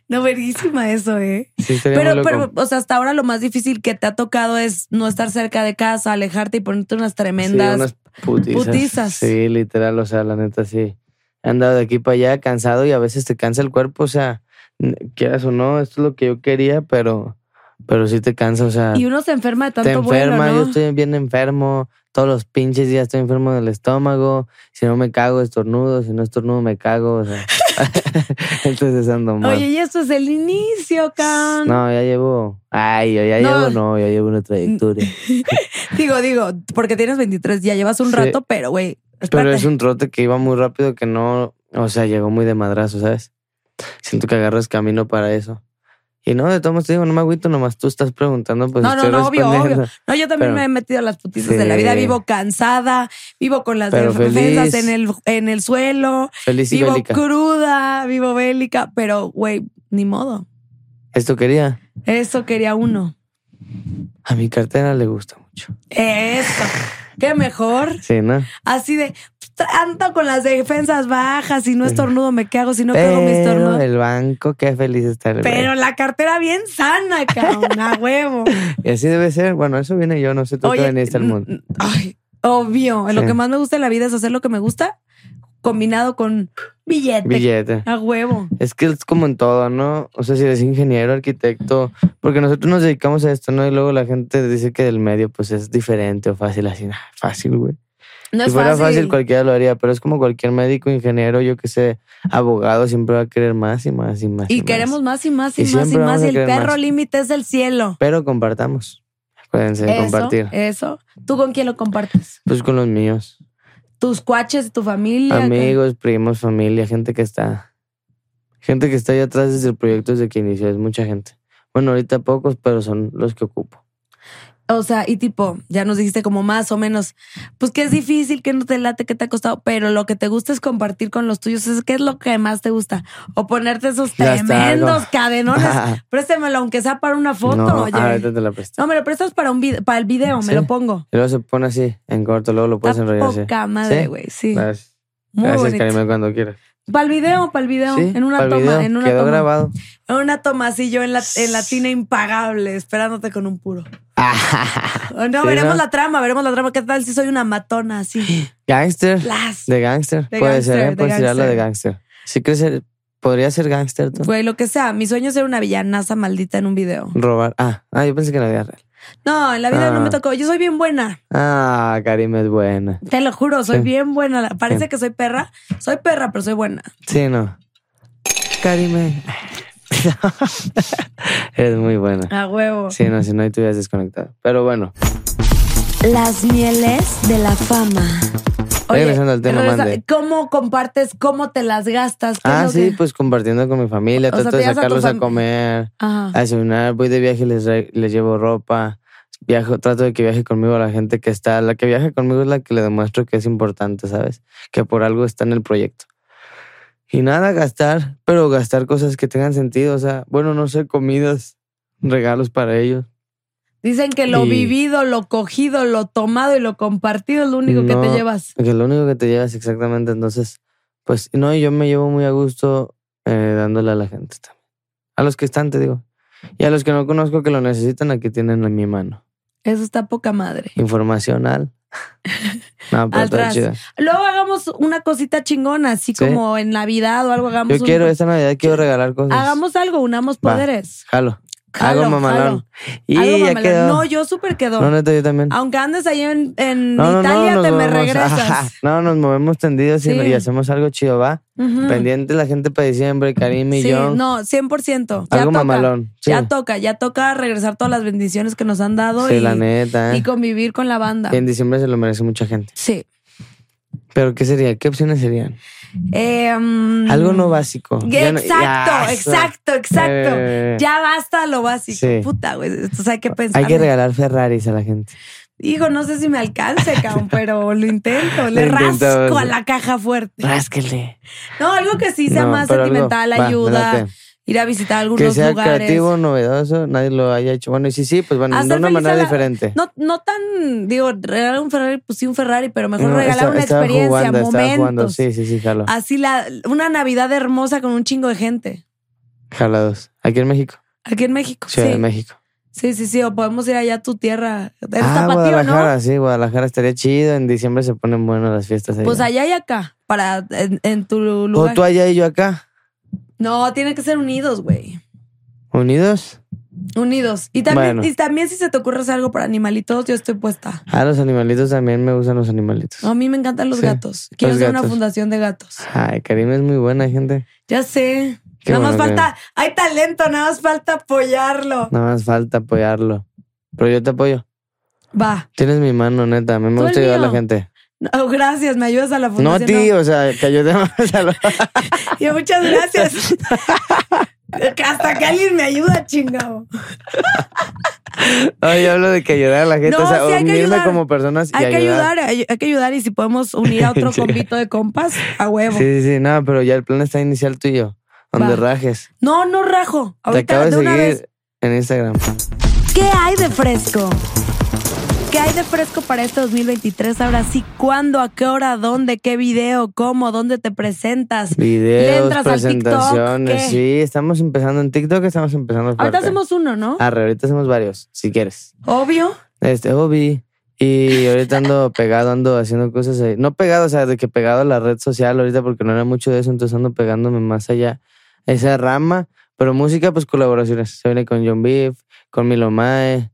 [SPEAKER 1] No, verguísima eso, ¿eh?
[SPEAKER 2] Sí, estaría muy
[SPEAKER 1] Pero,
[SPEAKER 2] loco.
[SPEAKER 1] pero, o sea, hasta ahora lo más difícil que te ha tocado es no estar cerca de casa, alejarte y ponerte unas tremendas.
[SPEAKER 2] Sí, unas putizas.
[SPEAKER 1] putizas.
[SPEAKER 2] Sí, literal, o sea, la neta sí. He andado de aquí para allá cansado y a veces te cansa el cuerpo, o sea, n- quieras o no, esto es lo que yo quería, pero, pero sí te cansa, o sea,
[SPEAKER 1] Y uno se enferma de
[SPEAKER 2] te
[SPEAKER 1] tanto
[SPEAKER 2] enferma,
[SPEAKER 1] bueno, ¿no?
[SPEAKER 2] yo estoy bien enfermo, todos los pinches días estoy enfermo del estómago, si no me cago estornudo, si no estornudo me cago, o sea, entonces ando mal.
[SPEAKER 1] Oye, y esto es el inicio, Can.
[SPEAKER 2] no, ya llevo, ay, yo ya
[SPEAKER 1] No.
[SPEAKER 2] llevo, no, ya llevo una trayectoria.
[SPEAKER 1] Digo, digo, porque tienes 23, ya llevas un
[SPEAKER 2] Sí.
[SPEAKER 1] rato, pero güey,
[SPEAKER 2] Pero
[SPEAKER 1] espérate.
[SPEAKER 2] es un trote que iba muy rápido que no, o sea, llegó muy de madrazo, ¿sabes? Siento que agarras camino para eso. Y no, de todos modos te digo, no me agüito, nomás tú estás preguntando, pues
[SPEAKER 1] No, no,
[SPEAKER 2] estoy
[SPEAKER 1] no, obvio,
[SPEAKER 2] respondiendo.
[SPEAKER 1] obvio. No, yo también
[SPEAKER 2] Pero-
[SPEAKER 1] me he metido a las putizas de
[SPEAKER 2] Sí.
[SPEAKER 1] la vida. Vivo cansada, vivo con las
[SPEAKER 2] Pero
[SPEAKER 1] defensas
[SPEAKER 2] feliz.
[SPEAKER 1] en el, en el suelo,
[SPEAKER 2] Feliz y
[SPEAKER 1] vivo
[SPEAKER 2] bélica.
[SPEAKER 1] cruda, vivo bélica, pero güey, ni modo.
[SPEAKER 2] Esto quería.
[SPEAKER 1] Eso quería uno.
[SPEAKER 2] A mi cartera le gusta mucho.
[SPEAKER 1] Eso. Qué mejor.
[SPEAKER 2] Sí, ¿no?
[SPEAKER 1] Así de "Pues, ando con las defensas bajas. Si no estornudo, me cago. Si no cago, me
[SPEAKER 2] Pero
[SPEAKER 1] estornudo.
[SPEAKER 2] el banco, qué feliz está el
[SPEAKER 1] Pero
[SPEAKER 2] banco.
[SPEAKER 1] la cartera bien sana, cabrón, a huevo.
[SPEAKER 2] Y así debe ser. Bueno, eso viene yo, no sé tú que veniste al mundo.
[SPEAKER 1] n- ay, obvio. Lo
[SPEAKER 2] Sí.
[SPEAKER 1] que más me gusta en la vida es hacer lo que me gusta combinado con billete.
[SPEAKER 2] Billete.
[SPEAKER 1] A huevo.
[SPEAKER 2] Es que es como en todo, ¿no? O sea, si eres ingeniero, arquitecto, porque nosotros nos dedicamos a esto, ¿no? Y luego la gente dice que del medio, pues es diferente o fácil, así, nah, fácil, güey.
[SPEAKER 1] No
[SPEAKER 2] si
[SPEAKER 1] es
[SPEAKER 2] fuera
[SPEAKER 1] fácil.
[SPEAKER 2] fácil. cualquiera lo haría, pero es como cualquier médico, ingeniero, yo que sé, abogado, siempre va a querer más y más y más.
[SPEAKER 1] y
[SPEAKER 2] más.
[SPEAKER 1] queremos más y más y,
[SPEAKER 2] Y
[SPEAKER 1] más y
[SPEAKER 2] siempre
[SPEAKER 1] más.
[SPEAKER 2] vamos a
[SPEAKER 1] Y el
[SPEAKER 2] querer
[SPEAKER 1] perro
[SPEAKER 2] más.
[SPEAKER 1] límite es el cielo.
[SPEAKER 2] Pero compartamos. Acuérdense de
[SPEAKER 1] eso,
[SPEAKER 2] compartir.
[SPEAKER 1] eso. ¿Tú con quién lo compartes?
[SPEAKER 2] Pues con los míos.
[SPEAKER 1] ¿Tus cuaches, tu familia?
[SPEAKER 2] Amigos, primos, familia, gente que está. Gente que está allá atrás desde el proyecto desde que inició. Es mucha gente. Bueno, ahorita pocos, pero son los que ocupo.
[SPEAKER 1] O sea, y tipo, ya nos dijiste como más o menos, pues que es difícil, que no te late, que te ha costado, pero lo que te gusta es compartir con los tuyos. Es ¿Qué es lo que más te gusta? O ponerte esos
[SPEAKER 2] Ya está,
[SPEAKER 1] tremendos
[SPEAKER 2] algo.
[SPEAKER 1] cadenones. Préstemelo, aunque sea para una foto,
[SPEAKER 2] no, ah,
[SPEAKER 1] oye.
[SPEAKER 2] ahorita te la presto.
[SPEAKER 1] No, me lo prestas para un video, para el video, me
[SPEAKER 2] Sí.
[SPEAKER 1] lo pongo.
[SPEAKER 2] Y luego se pone así, en corto, luego lo puedes
[SPEAKER 1] Está
[SPEAKER 2] enrollar así.
[SPEAKER 1] poca madre,
[SPEAKER 2] ¿Sí?
[SPEAKER 1] güey. Sí.
[SPEAKER 2] Gracias,
[SPEAKER 1] Muy
[SPEAKER 2] Gracias
[SPEAKER 1] bonito.
[SPEAKER 2] Karime, cuando quieras.
[SPEAKER 1] Para el video, para el video,
[SPEAKER 2] Sí,
[SPEAKER 1] en una
[SPEAKER 2] pa'l
[SPEAKER 1] toma,
[SPEAKER 2] video,
[SPEAKER 1] en una
[SPEAKER 2] Quedó
[SPEAKER 1] toma.
[SPEAKER 2] grabado.
[SPEAKER 1] En una toma así yo en la, en la tina impagable, esperándote con un puro. O no,
[SPEAKER 2] Ah, Sí,
[SPEAKER 1] veremos
[SPEAKER 2] ¿no?
[SPEAKER 1] la trama, veremos la trama. ¿Qué tal si soy una matona así?
[SPEAKER 2] Gangster.
[SPEAKER 1] Las.
[SPEAKER 2] De gangster.
[SPEAKER 1] De
[SPEAKER 2] Puede
[SPEAKER 1] gangster,
[SPEAKER 2] ser,
[SPEAKER 1] de
[SPEAKER 2] ¿eh? Puedes tirarla de gangster. Sí que ser, podría ser gangster tú.
[SPEAKER 1] Güey, lo que sea. Mi sueño es ser una villanaza maldita en un video.
[SPEAKER 2] Robar. Ah, ah, yo pensé que la vida real.
[SPEAKER 1] No, en la vida no
[SPEAKER 2] Ah.
[SPEAKER 1] me tocó. Yo soy bien buena.
[SPEAKER 2] Ah, Karim es buena.
[SPEAKER 1] Te lo juro, soy
[SPEAKER 2] Sí.
[SPEAKER 1] bien buena. Parece que soy perra. Soy perra, pero soy buena.
[SPEAKER 2] Sí, no. Karime. Eres muy buena.
[SPEAKER 1] A huevo.
[SPEAKER 2] Sí, no, si no, ahí te hubieras desconectado. Pero bueno,
[SPEAKER 1] Las mieles de la fama.
[SPEAKER 2] Regresando al tema, mande.
[SPEAKER 1] ¿Cómo compartes? ¿Cómo te las gastas? ¿Qué es
[SPEAKER 2] ah,
[SPEAKER 1] lo
[SPEAKER 2] sí,
[SPEAKER 1] que-
[SPEAKER 2] pues compartiendo con mi familia,
[SPEAKER 1] O sea,
[SPEAKER 2] trato
[SPEAKER 1] te
[SPEAKER 2] de
[SPEAKER 1] llevas a tu
[SPEAKER 2] sacarlos a,
[SPEAKER 1] fam- Ah.
[SPEAKER 2] comer, a
[SPEAKER 1] Ajá.
[SPEAKER 2] desayunar, voy de viaje y les, re- les llevo ropa, viajo, trato de que viaje conmigo la gente que está, la que viaja conmigo es la que le demuestro que es importante, ¿sabes? Que por algo está en el proyecto. Y nada, gastar, pero gastar cosas que tengan sentido, o sea, bueno, no sé, comidas, regalos para ellos.
[SPEAKER 1] Dicen que lo
[SPEAKER 2] Y-
[SPEAKER 1] vivido, lo cogido, lo tomado y lo compartido es lo único que te
[SPEAKER 2] No.
[SPEAKER 1] llevas.
[SPEAKER 2] Que lo único que te llevas exactamente, entonces, pues, no, y yo me llevo muy a gusto eh, dándole a la gente también. A los que están, te digo. Y a los que no conozco que lo necesitan, aquí tienen en mi mano.
[SPEAKER 1] Eso está poca madre.
[SPEAKER 2] Informacional. no, pero está
[SPEAKER 1] Atrás.
[SPEAKER 2] chida.
[SPEAKER 1] Luego hagamos una cosita chingona, así
[SPEAKER 2] Sí.
[SPEAKER 1] como en Navidad o algo. Hagamos
[SPEAKER 2] Yo
[SPEAKER 1] un-
[SPEAKER 2] quiero, esta Navidad quiero regalar cosas.
[SPEAKER 1] Hagamos algo, unamos
[SPEAKER 2] Va.
[SPEAKER 1] poderes.
[SPEAKER 2] Jalo.
[SPEAKER 1] Jalo,
[SPEAKER 2] Hago mamalón. Y
[SPEAKER 1] Algo
[SPEAKER 2] ya
[SPEAKER 1] mamalón.
[SPEAKER 2] quedó.
[SPEAKER 1] No, yo súper quedó.
[SPEAKER 2] No, neta, yo también.
[SPEAKER 1] Aunque andes ahí en, en
[SPEAKER 2] no, no,
[SPEAKER 1] Italia,
[SPEAKER 2] no,
[SPEAKER 1] te
[SPEAKER 2] nos
[SPEAKER 1] me
[SPEAKER 2] movemos. Ajá.
[SPEAKER 1] regresas.
[SPEAKER 2] No, nos movemos tendidos y-
[SPEAKER 1] Sí.
[SPEAKER 2] y hacemos algo chido, ¿va?
[SPEAKER 1] Ujú.
[SPEAKER 2] Pendiente la gente para diciembre, Karim y
[SPEAKER 1] Sí,
[SPEAKER 2] yo.
[SPEAKER 1] no, 100%. Ya
[SPEAKER 2] algo
[SPEAKER 1] toca.
[SPEAKER 2] mamalón. Sí.
[SPEAKER 1] Ya toca, ya toca regresar todas las bendiciones que nos han dado
[SPEAKER 2] Sí,
[SPEAKER 1] y,
[SPEAKER 2] la neta. ¿eh?
[SPEAKER 1] y convivir con la banda.
[SPEAKER 2] En diciembre se lo merece mucha gente.
[SPEAKER 1] Sí.
[SPEAKER 2] Pero ¿qué sería? ¿Qué opciones serían?
[SPEAKER 1] Eh, mm,
[SPEAKER 2] Algo no básico. Ya no-
[SPEAKER 1] Exacto,
[SPEAKER 2] ya, eso.
[SPEAKER 1] exacto, exacto.
[SPEAKER 2] Eh,
[SPEAKER 1] Ya basta lo básico.
[SPEAKER 2] Sí.
[SPEAKER 1] Puta, güey. Entonces hay que pensar.
[SPEAKER 2] Hay que regalar Ferraris a la gente.
[SPEAKER 1] Hijo, no sé si me alcance, cabrón, pero lo intento. Le
[SPEAKER 2] Lo intentamos.
[SPEAKER 1] rasco a la caja fuerte.
[SPEAKER 2] Ah, Rásquenle.
[SPEAKER 1] No, algo que sí sea
[SPEAKER 2] No,
[SPEAKER 1] más
[SPEAKER 2] pero algo-
[SPEAKER 1] sentimental,
[SPEAKER 2] va,
[SPEAKER 1] ayuda,
[SPEAKER 2] me late.
[SPEAKER 1] ir a visitar
[SPEAKER 2] Que
[SPEAKER 1] algunos
[SPEAKER 2] sea
[SPEAKER 1] lugares.
[SPEAKER 2] creativo, novedoso, nadie lo haya hecho. Bueno, y sí, sí, pues bueno,
[SPEAKER 1] Hacer
[SPEAKER 2] de una
[SPEAKER 1] feliz a
[SPEAKER 2] manera
[SPEAKER 1] la-
[SPEAKER 2] diferente.
[SPEAKER 1] No, no tan, digo, regalar un Ferrari, pues sí, un Ferrari, pero mejor
[SPEAKER 2] No,
[SPEAKER 1] regalar
[SPEAKER 2] esta-
[SPEAKER 1] una
[SPEAKER 2] estaba
[SPEAKER 1] experiencia,
[SPEAKER 2] jugando, estaba
[SPEAKER 1] momentos. Ah.
[SPEAKER 2] jugando. Sí, sí, sí, jalo.
[SPEAKER 1] Así la, una Navidad hermosa con un chingo de gente.
[SPEAKER 2] Jalados. Aquí en México,
[SPEAKER 1] Aquí en México.
[SPEAKER 2] Ciudad
[SPEAKER 1] sí.
[SPEAKER 2] de México.
[SPEAKER 1] Sí, sí, sí, o podemos ir allá a tu tierra. Eres
[SPEAKER 2] Ah,
[SPEAKER 1] tapatío,
[SPEAKER 2] Guadalajara,
[SPEAKER 1] ¿no?
[SPEAKER 2] sí, Guadalajara estaría chido. En diciembre se ponen buenas las fiestas allá.
[SPEAKER 1] Pues allá y acá, para en, en tu
[SPEAKER 2] o
[SPEAKER 1] lugar.
[SPEAKER 2] tú allá y yo acá,
[SPEAKER 1] No, tienen que ser unidos, güey.
[SPEAKER 2] unidos.
[SPEAKER 1] Unidos. Y también,
[SPEAKER 2] Bueno.
[SPEAKER 1] y también si se te ocurre hacer algo para animalitos, yo estoy puesta.
[SPEAKER 2] A Ah, los animalitos también me gustan los animalitos.
[SPEAKER 1] A mí me encantan los
[SPEAKER 2] Sí,
[SPEAKER 1] gatos. Quiero
[SPEAKER 2] los
[SPEAKER 1] hacer una
[SPEAKER 2] gatos.
[SPEAKER 1] fundación de gatos.
[SPEAKER 2] Ay, Karim es muy buena, gente.
[SPEAKER 1] Ya sé.
[SPEAKER 2] Qué
[SPEAKER 1] nada más
[SPEAKER 2] bueno que-
[SPEAKER 1] falta, hay talento, nada más falta apoyarlo.
[SPEAKER 2] Nada más falta apoyarlo. Pero yo te apoyo.
[SPEAKER 1] Va.
[SPEAKER 2] Tienes mi mano, neta. A mí me
[SPEAKER 1] Tú el
[SPEAKER 2] gusta ayudar a la
[SPEAKER 1] mío.
[SPEAKER 2] gente.
[SPEAKER 1] No, gracias, me ayudas a la
[SPEAKER 2] No a
[SPEAKER 1] fundación.
[SPEAKER 2] ti, o sea, que ayudemos a los...
[SPEAKER 1] Y muchas gracias. Hasta que alguien me ayuda, chingado.
[SPEAKER 2] No, yo hablo de que ayudar a la gente.
[SPEAKER 1] No,
[SPEAKER 2] o sea,
[SPEAKER 1] sí, hay que
[SPEAKER 2] unirme
[SPEAKER 1] ayudar.
[SPEAKER 2] como personas y
[SPEAKER 1] Hay que
[SPEAKER 2] ayudar.
[SPEAKER 1] ayudar, hay, hay que ayudar y si podemos unir a otro
[SPEAKER 2] Sí.
[SPEAKER 1] convito de compas, a huevo.
[SPEAKER 2] Sí, sí, sí. No, pero ya el plan está inicial tuyo. Donde
[SPEAKER 1] Va.
[SPEAKER 2] rajes.
[SPEAKER 1] No, no rajo.
[SPEAKER 2] te acabo
[SPEAKER 1] Ahorita
[SPEAKER 2] de
[SPEAKER 1] de una
[SPEAKER 2] seguir
[SPEAKER 1] vez.
[SPEAKER 2] en Instagram.
[SPEAKER 1] ¿Qué hay de fresco? ¿Qué hay de fresco para este 2023? Ahora sí, ¿cuándo? ¿A qué hora? ¿Dónde? ¿Qué video? ¿Cómo? ¿Dónde te presentas?
[SPEAKER 2] Videos,
[SPEAKER 1] entras al TikTok?
[SPEAKER 2] presentaciones.
[SPEAKER 1] ¿Qué?
[SPEAKER 2] Sí, estamos empezando en TikTok, estamos empezando fuerte. Ah.
[SPEAKER 1] Ahorita hacemos uno, ¿no?
[SPEAKER 2] Arre, ahorita hacemos varios, si quieres.
[SPEAKER 1] Obvio.
[SPEAKER 2] Este, Obi. Y ahorita ando pegado, ando haciendo cosas ahí. No pegado, o sea, de que pegado a la red social ahorita porque no era mucho de eso, entonces ando pegándome más allá a esa rama. Pero música, pues colaboraciones. Se viene con John Beef, con Milo Mae,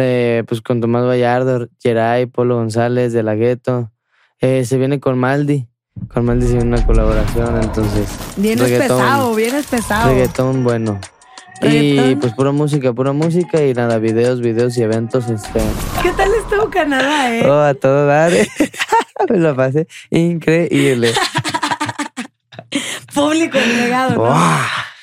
[SPEAKER 2] eh, pues con Tomás Vallardo, Geray, Polo González de La Gueto. Eh, se viene con Maldi. Con Maldi se viene una colaboración, entonces.
[SPEAKER 1] Vienes
[SPEAKER 2] reggaetón.
[SPEAKER 1] pesado, vienes pesado.
[SPEAKER 2] Reggaetón bueno. Y
[SPEAKER 1] Reggaetón.
[SPEAKER 2] pues pura música, pura música y nada, videos, videos y eventos. Este,
[SPEAKER 1] ¿Qué tal estuvo Canadá, eh?
[SPEAKER 2] oh, a todo dar. Me lo pasé increíble.
[SPEAKER 1] Público entregado, ¿no?
[SPEAKER 2] Buah,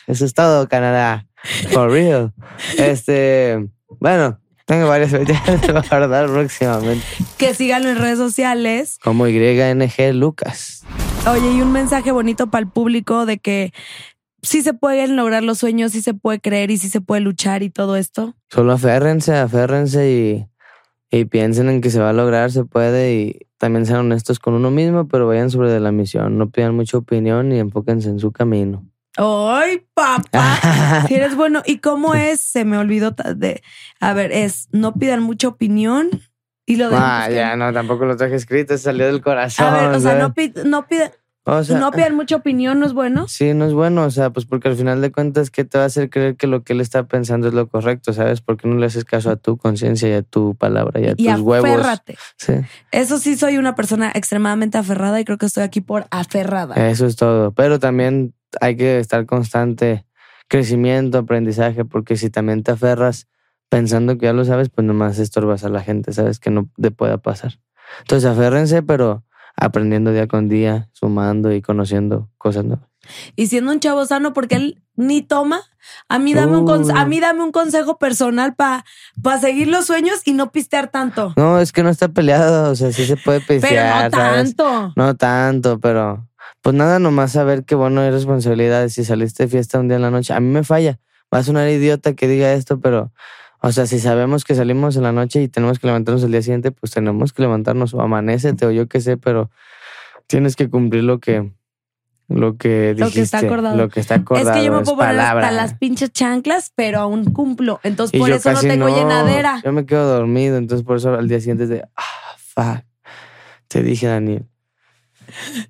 [SPEAKER 2] Eso es todo, Canadá. For real. Este, bueno, tengo varias fechas que voy a guardar próximamente.
[SPEAKER 1] Que síganlo en redes sociales.
[SPEAKER 2] Como YNG Lucas.
[SPEAKER 1] Oye, y un mensaje bonito para el público de que sí se pueden lograr los sueños, sí se puede creer y sí se puede luchar y todo esto.
[SPEAKER 2] Solo aférrense, aférrense y, y piensen en que se va a lograr, se puede y también sean honestos con uno mismo, pero vayan sobre de la misión. No pidan mucha opinión y enfóquense en su camino.
[SPEAKER 1] ¡Ay, papá! Si eres bueno. ¿Y cómo es? Se me olvidó ta- de. A ver, es no pidan mucha opinión y lo de.
[SPEAKER 2] Ah, ya, no, tampoco lo traje escrito, salió del corazón.
[SPEAKER 1] A ver, o sea,
[SPEAKER 2] ¿sabes?
[SPEAKER 1] no, pi- no, pida-
[SPEAKER 2] O sea, eh.
[SPEAKER 1] no pidan mucha opinión, ¿no es bueno?
[SPEAKER 2] Sí, no es bueno, o sea, pues porque al final de cuentas, ¿qué te va a hacer creer que lo que él está pensando es lo correcto, sabes? Porque no le haces caso a tu conciencia y a tu palabra y a
[SPEAKER 1] Y
[SPEAKER 2] tus huevos.
[SPEAKER 1] aférrate.
[SPEAKER 2] Sí,
[SPEAKER 1] Eso sí, soy una persona extremadamente aferrada y creo que estoy aquí por aferrada.
[SPEAKER 2] eso es todo. Pero también hay que estar constante, crecimiento, aprendizaje, porque si también te aferras pensando que ya lo sabes, pues nomás estorbas a la gente, sabes que no te pueda pasar. Entonces, aférrense, pero aprendiendo día con día, sumando y conociendo cosas nuevas.
[SPEAKER 1] y siendo un chavo sano porque él ni toma. A mí dame un
[SPEAKER 2] Uh.
[SPEAKER 1] conse- a mí dame un consejo personal para seguir los sueños y no pistear tanto.
[SPEAKER 2] No, es que no está peleado, o sea, sí se puede
[SPEAKER 1] pero no
[SPEAKER 2] pistear, ¿sabes?
[SPEAKER 1] tanto.
[SPEAKER 2] No tanto, pero pues nada, nomás saber que bueno, hay responsabilidades. Si saliste de fiesta un día en la noche, a mí me falla. Va a sonar idiota que diga esto, pero o sea, si sabemos que salimos en la noche y tenemos que levantarnos el día siguiente, pues tenemos que levantarnos o amanécete o yo qué sé, pero tienes que cumplir lo que lo que dijiste,
[SPEAKER 1] Lo que está acordado.
[SPEAKER 2] lo que está acordado,
[SPEAKER 1] es que yo me
[SPEAKER 2] es
[SPEAKER 1] puedo poner
[SPEAKER 2] palabra.
[SPEAKER 1] hasta las pinches chanclas, pero aún cumplo. Entonces
[SPEAKER 2] Y
[SPEAKER 1] por
[SPEAKER 2] yo
[SPEAKER 1] eso no
[SPEAKER 2] casi
[SPEAKER 1] tengo llenadera.
[SPEAKER 2] Yo me quedo dormido, entonces por eso al día siguiente es de, ah, fuck. Te dije, Daniel.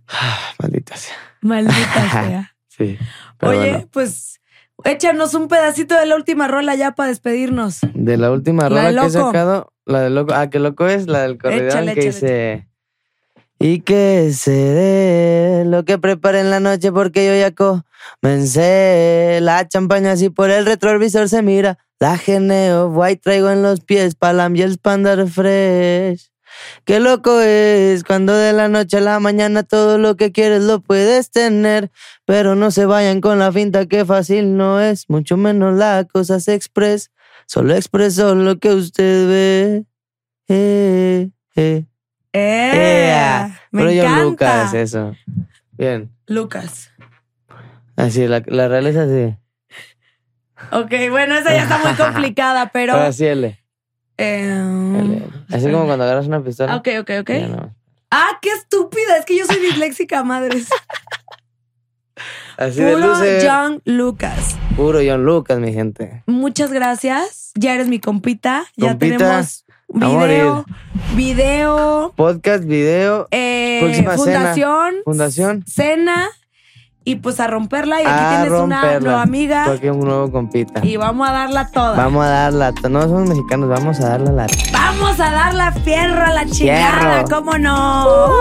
[SPEAKER 2] Ah, maldita sea.
[SPEAKER 1] Maldita sea.
[SPEAKER 2] Sí. Pero
[SPEAKER 1] Oye,
[SPEAKER 2] bueno,
[SPEAKER 1] pues échanos un pedacito de la última rola ya para despedirnos.
[SPEAKER 2] de la última
[SPEAKER 1] la de
[SPEAKER 2] rola que he
[SPEAKER 1] Loco.
[SPEAKER 2] sacado, la de loco, ah, qué loco es, la del corredor
[SPEAKER 1] Échale,
[SPEAKER 2] que
[SPEAKER 1] échale,
[SPEAKER 2] dice. Y que se dé lo que prepare en la noche porque yo ya comencé. La champaña así por el retrovisor se mira. La geneo, guay, traigo en los pies palam y el spandar fresh. Qué loco es cuando de la noche a la mañana todo lo que quieres lo puedes tener. Pero no se vayan con la finta que fácil no es, mucho menos la cosa se express. Solo expreso lo que usted ve. Eh, eh.
[SPEAKER 1] ¡Eh!
[SPEAKER 2] Ea.
[SPEAKER 1] Me
[SPEAKER 2] Pero John
[SPEAKER 1] encanta.
[SPEAKER 2] Lucas, eso. Bien.
[SPEAKER 1] Lucas.
[SPEAKER 2] Así, la, la real es así.
[SPEAKER 1] Ok, bueno, esa ya está muy complicada, pero.
[SPEAKER 2] Pero así L.
[SPEAKER 1] eh,
[SPEAKER 2] L. Así como cuando agarras una pistola.
[SPEAKER 1] Ok, ok, ok.
[SPEAKER 2] Ya no.
[SPEAKER 1] Ah, qué estúpida. Es que yo soy disléxica, madres.
[SPEAKER 2] Así de
[SPEAKER 1] Puro
[SPEAKER 2] luce.
[SPEAKER 1] John Lucas.
[SPEAKER 2] Puro John Lucas, mi gente.
[SPEAKER 1] Muchas gracias. Ya eres mi compita. Ya
[SPEAKER 2] Compita,
[SPEAKER 1] tenemos
[SPEAKER 2] a
[SPEAKER 1] video.
[SPEAKER 2] morir.
[SPEAKER 1] Video.
[SPEAKER 2] Podcast, video.
[SPEAKER 1] eh,
[SPEAKER 2] Próxima cena.
[SPEAKER 1] fundación.
[SPEAKER 2] Fundación.
[SPEAKER 1] Cena. Y pues a romperla. Y aquí
[SPEAKER 2] a
[SPEAKER 1] tienes una
[SPEAKER 2] romperla.
[SPEAKER 1] nueva
[SPEAKER 2] Tú
[SPEAKER 1] amiga.
[SPEAKER 2] aquí un nuevo compita.
[SPEAKER 1] Y vamos a darla toda. Vamos,
[SPEAKER 2] Vamos a darla. No somos mexicanos, vamos a darla la.
[SPEAKER 1] a darla fierro a la chingada.
[SPEAKER 2] Fierro.
[SPEAKER 1] ¿Cómo no?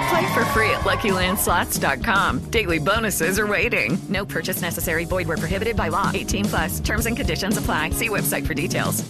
[SPEAKER 7] Play for free at LuckyLandSlots.com. Daily bonuses are waiting.
[SPEAKER 8] No purchase necessary. Void where prohibited by law. 18 plus. Terms and conditions apply. See website for details.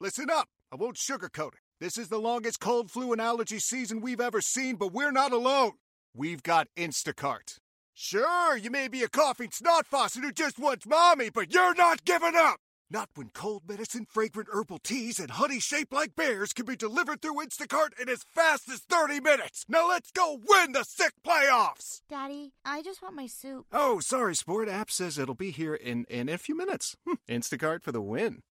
[SPEAKER 9] Listen up. I won't sugarcoat it. This is the longest cold flu and allergy season we've ever seen, but we're not alone. We've got Instacart. Sure, you may be a coughing snot faucet who just wants mommy, but you're not giving up! Not when cold medicine, fragrant herbal teas, and honey shaped like bears can be delivered through Instacart in as fast as 30 minutes. Now let's go win the sick playoffs!
[SPEAKER 10] Daddy, I just want my soup.
[SPEAKER 9] Oh, sorry, Sport App says it'll be here in, in a few minutes. Hm, Hmm, Instacart for the win.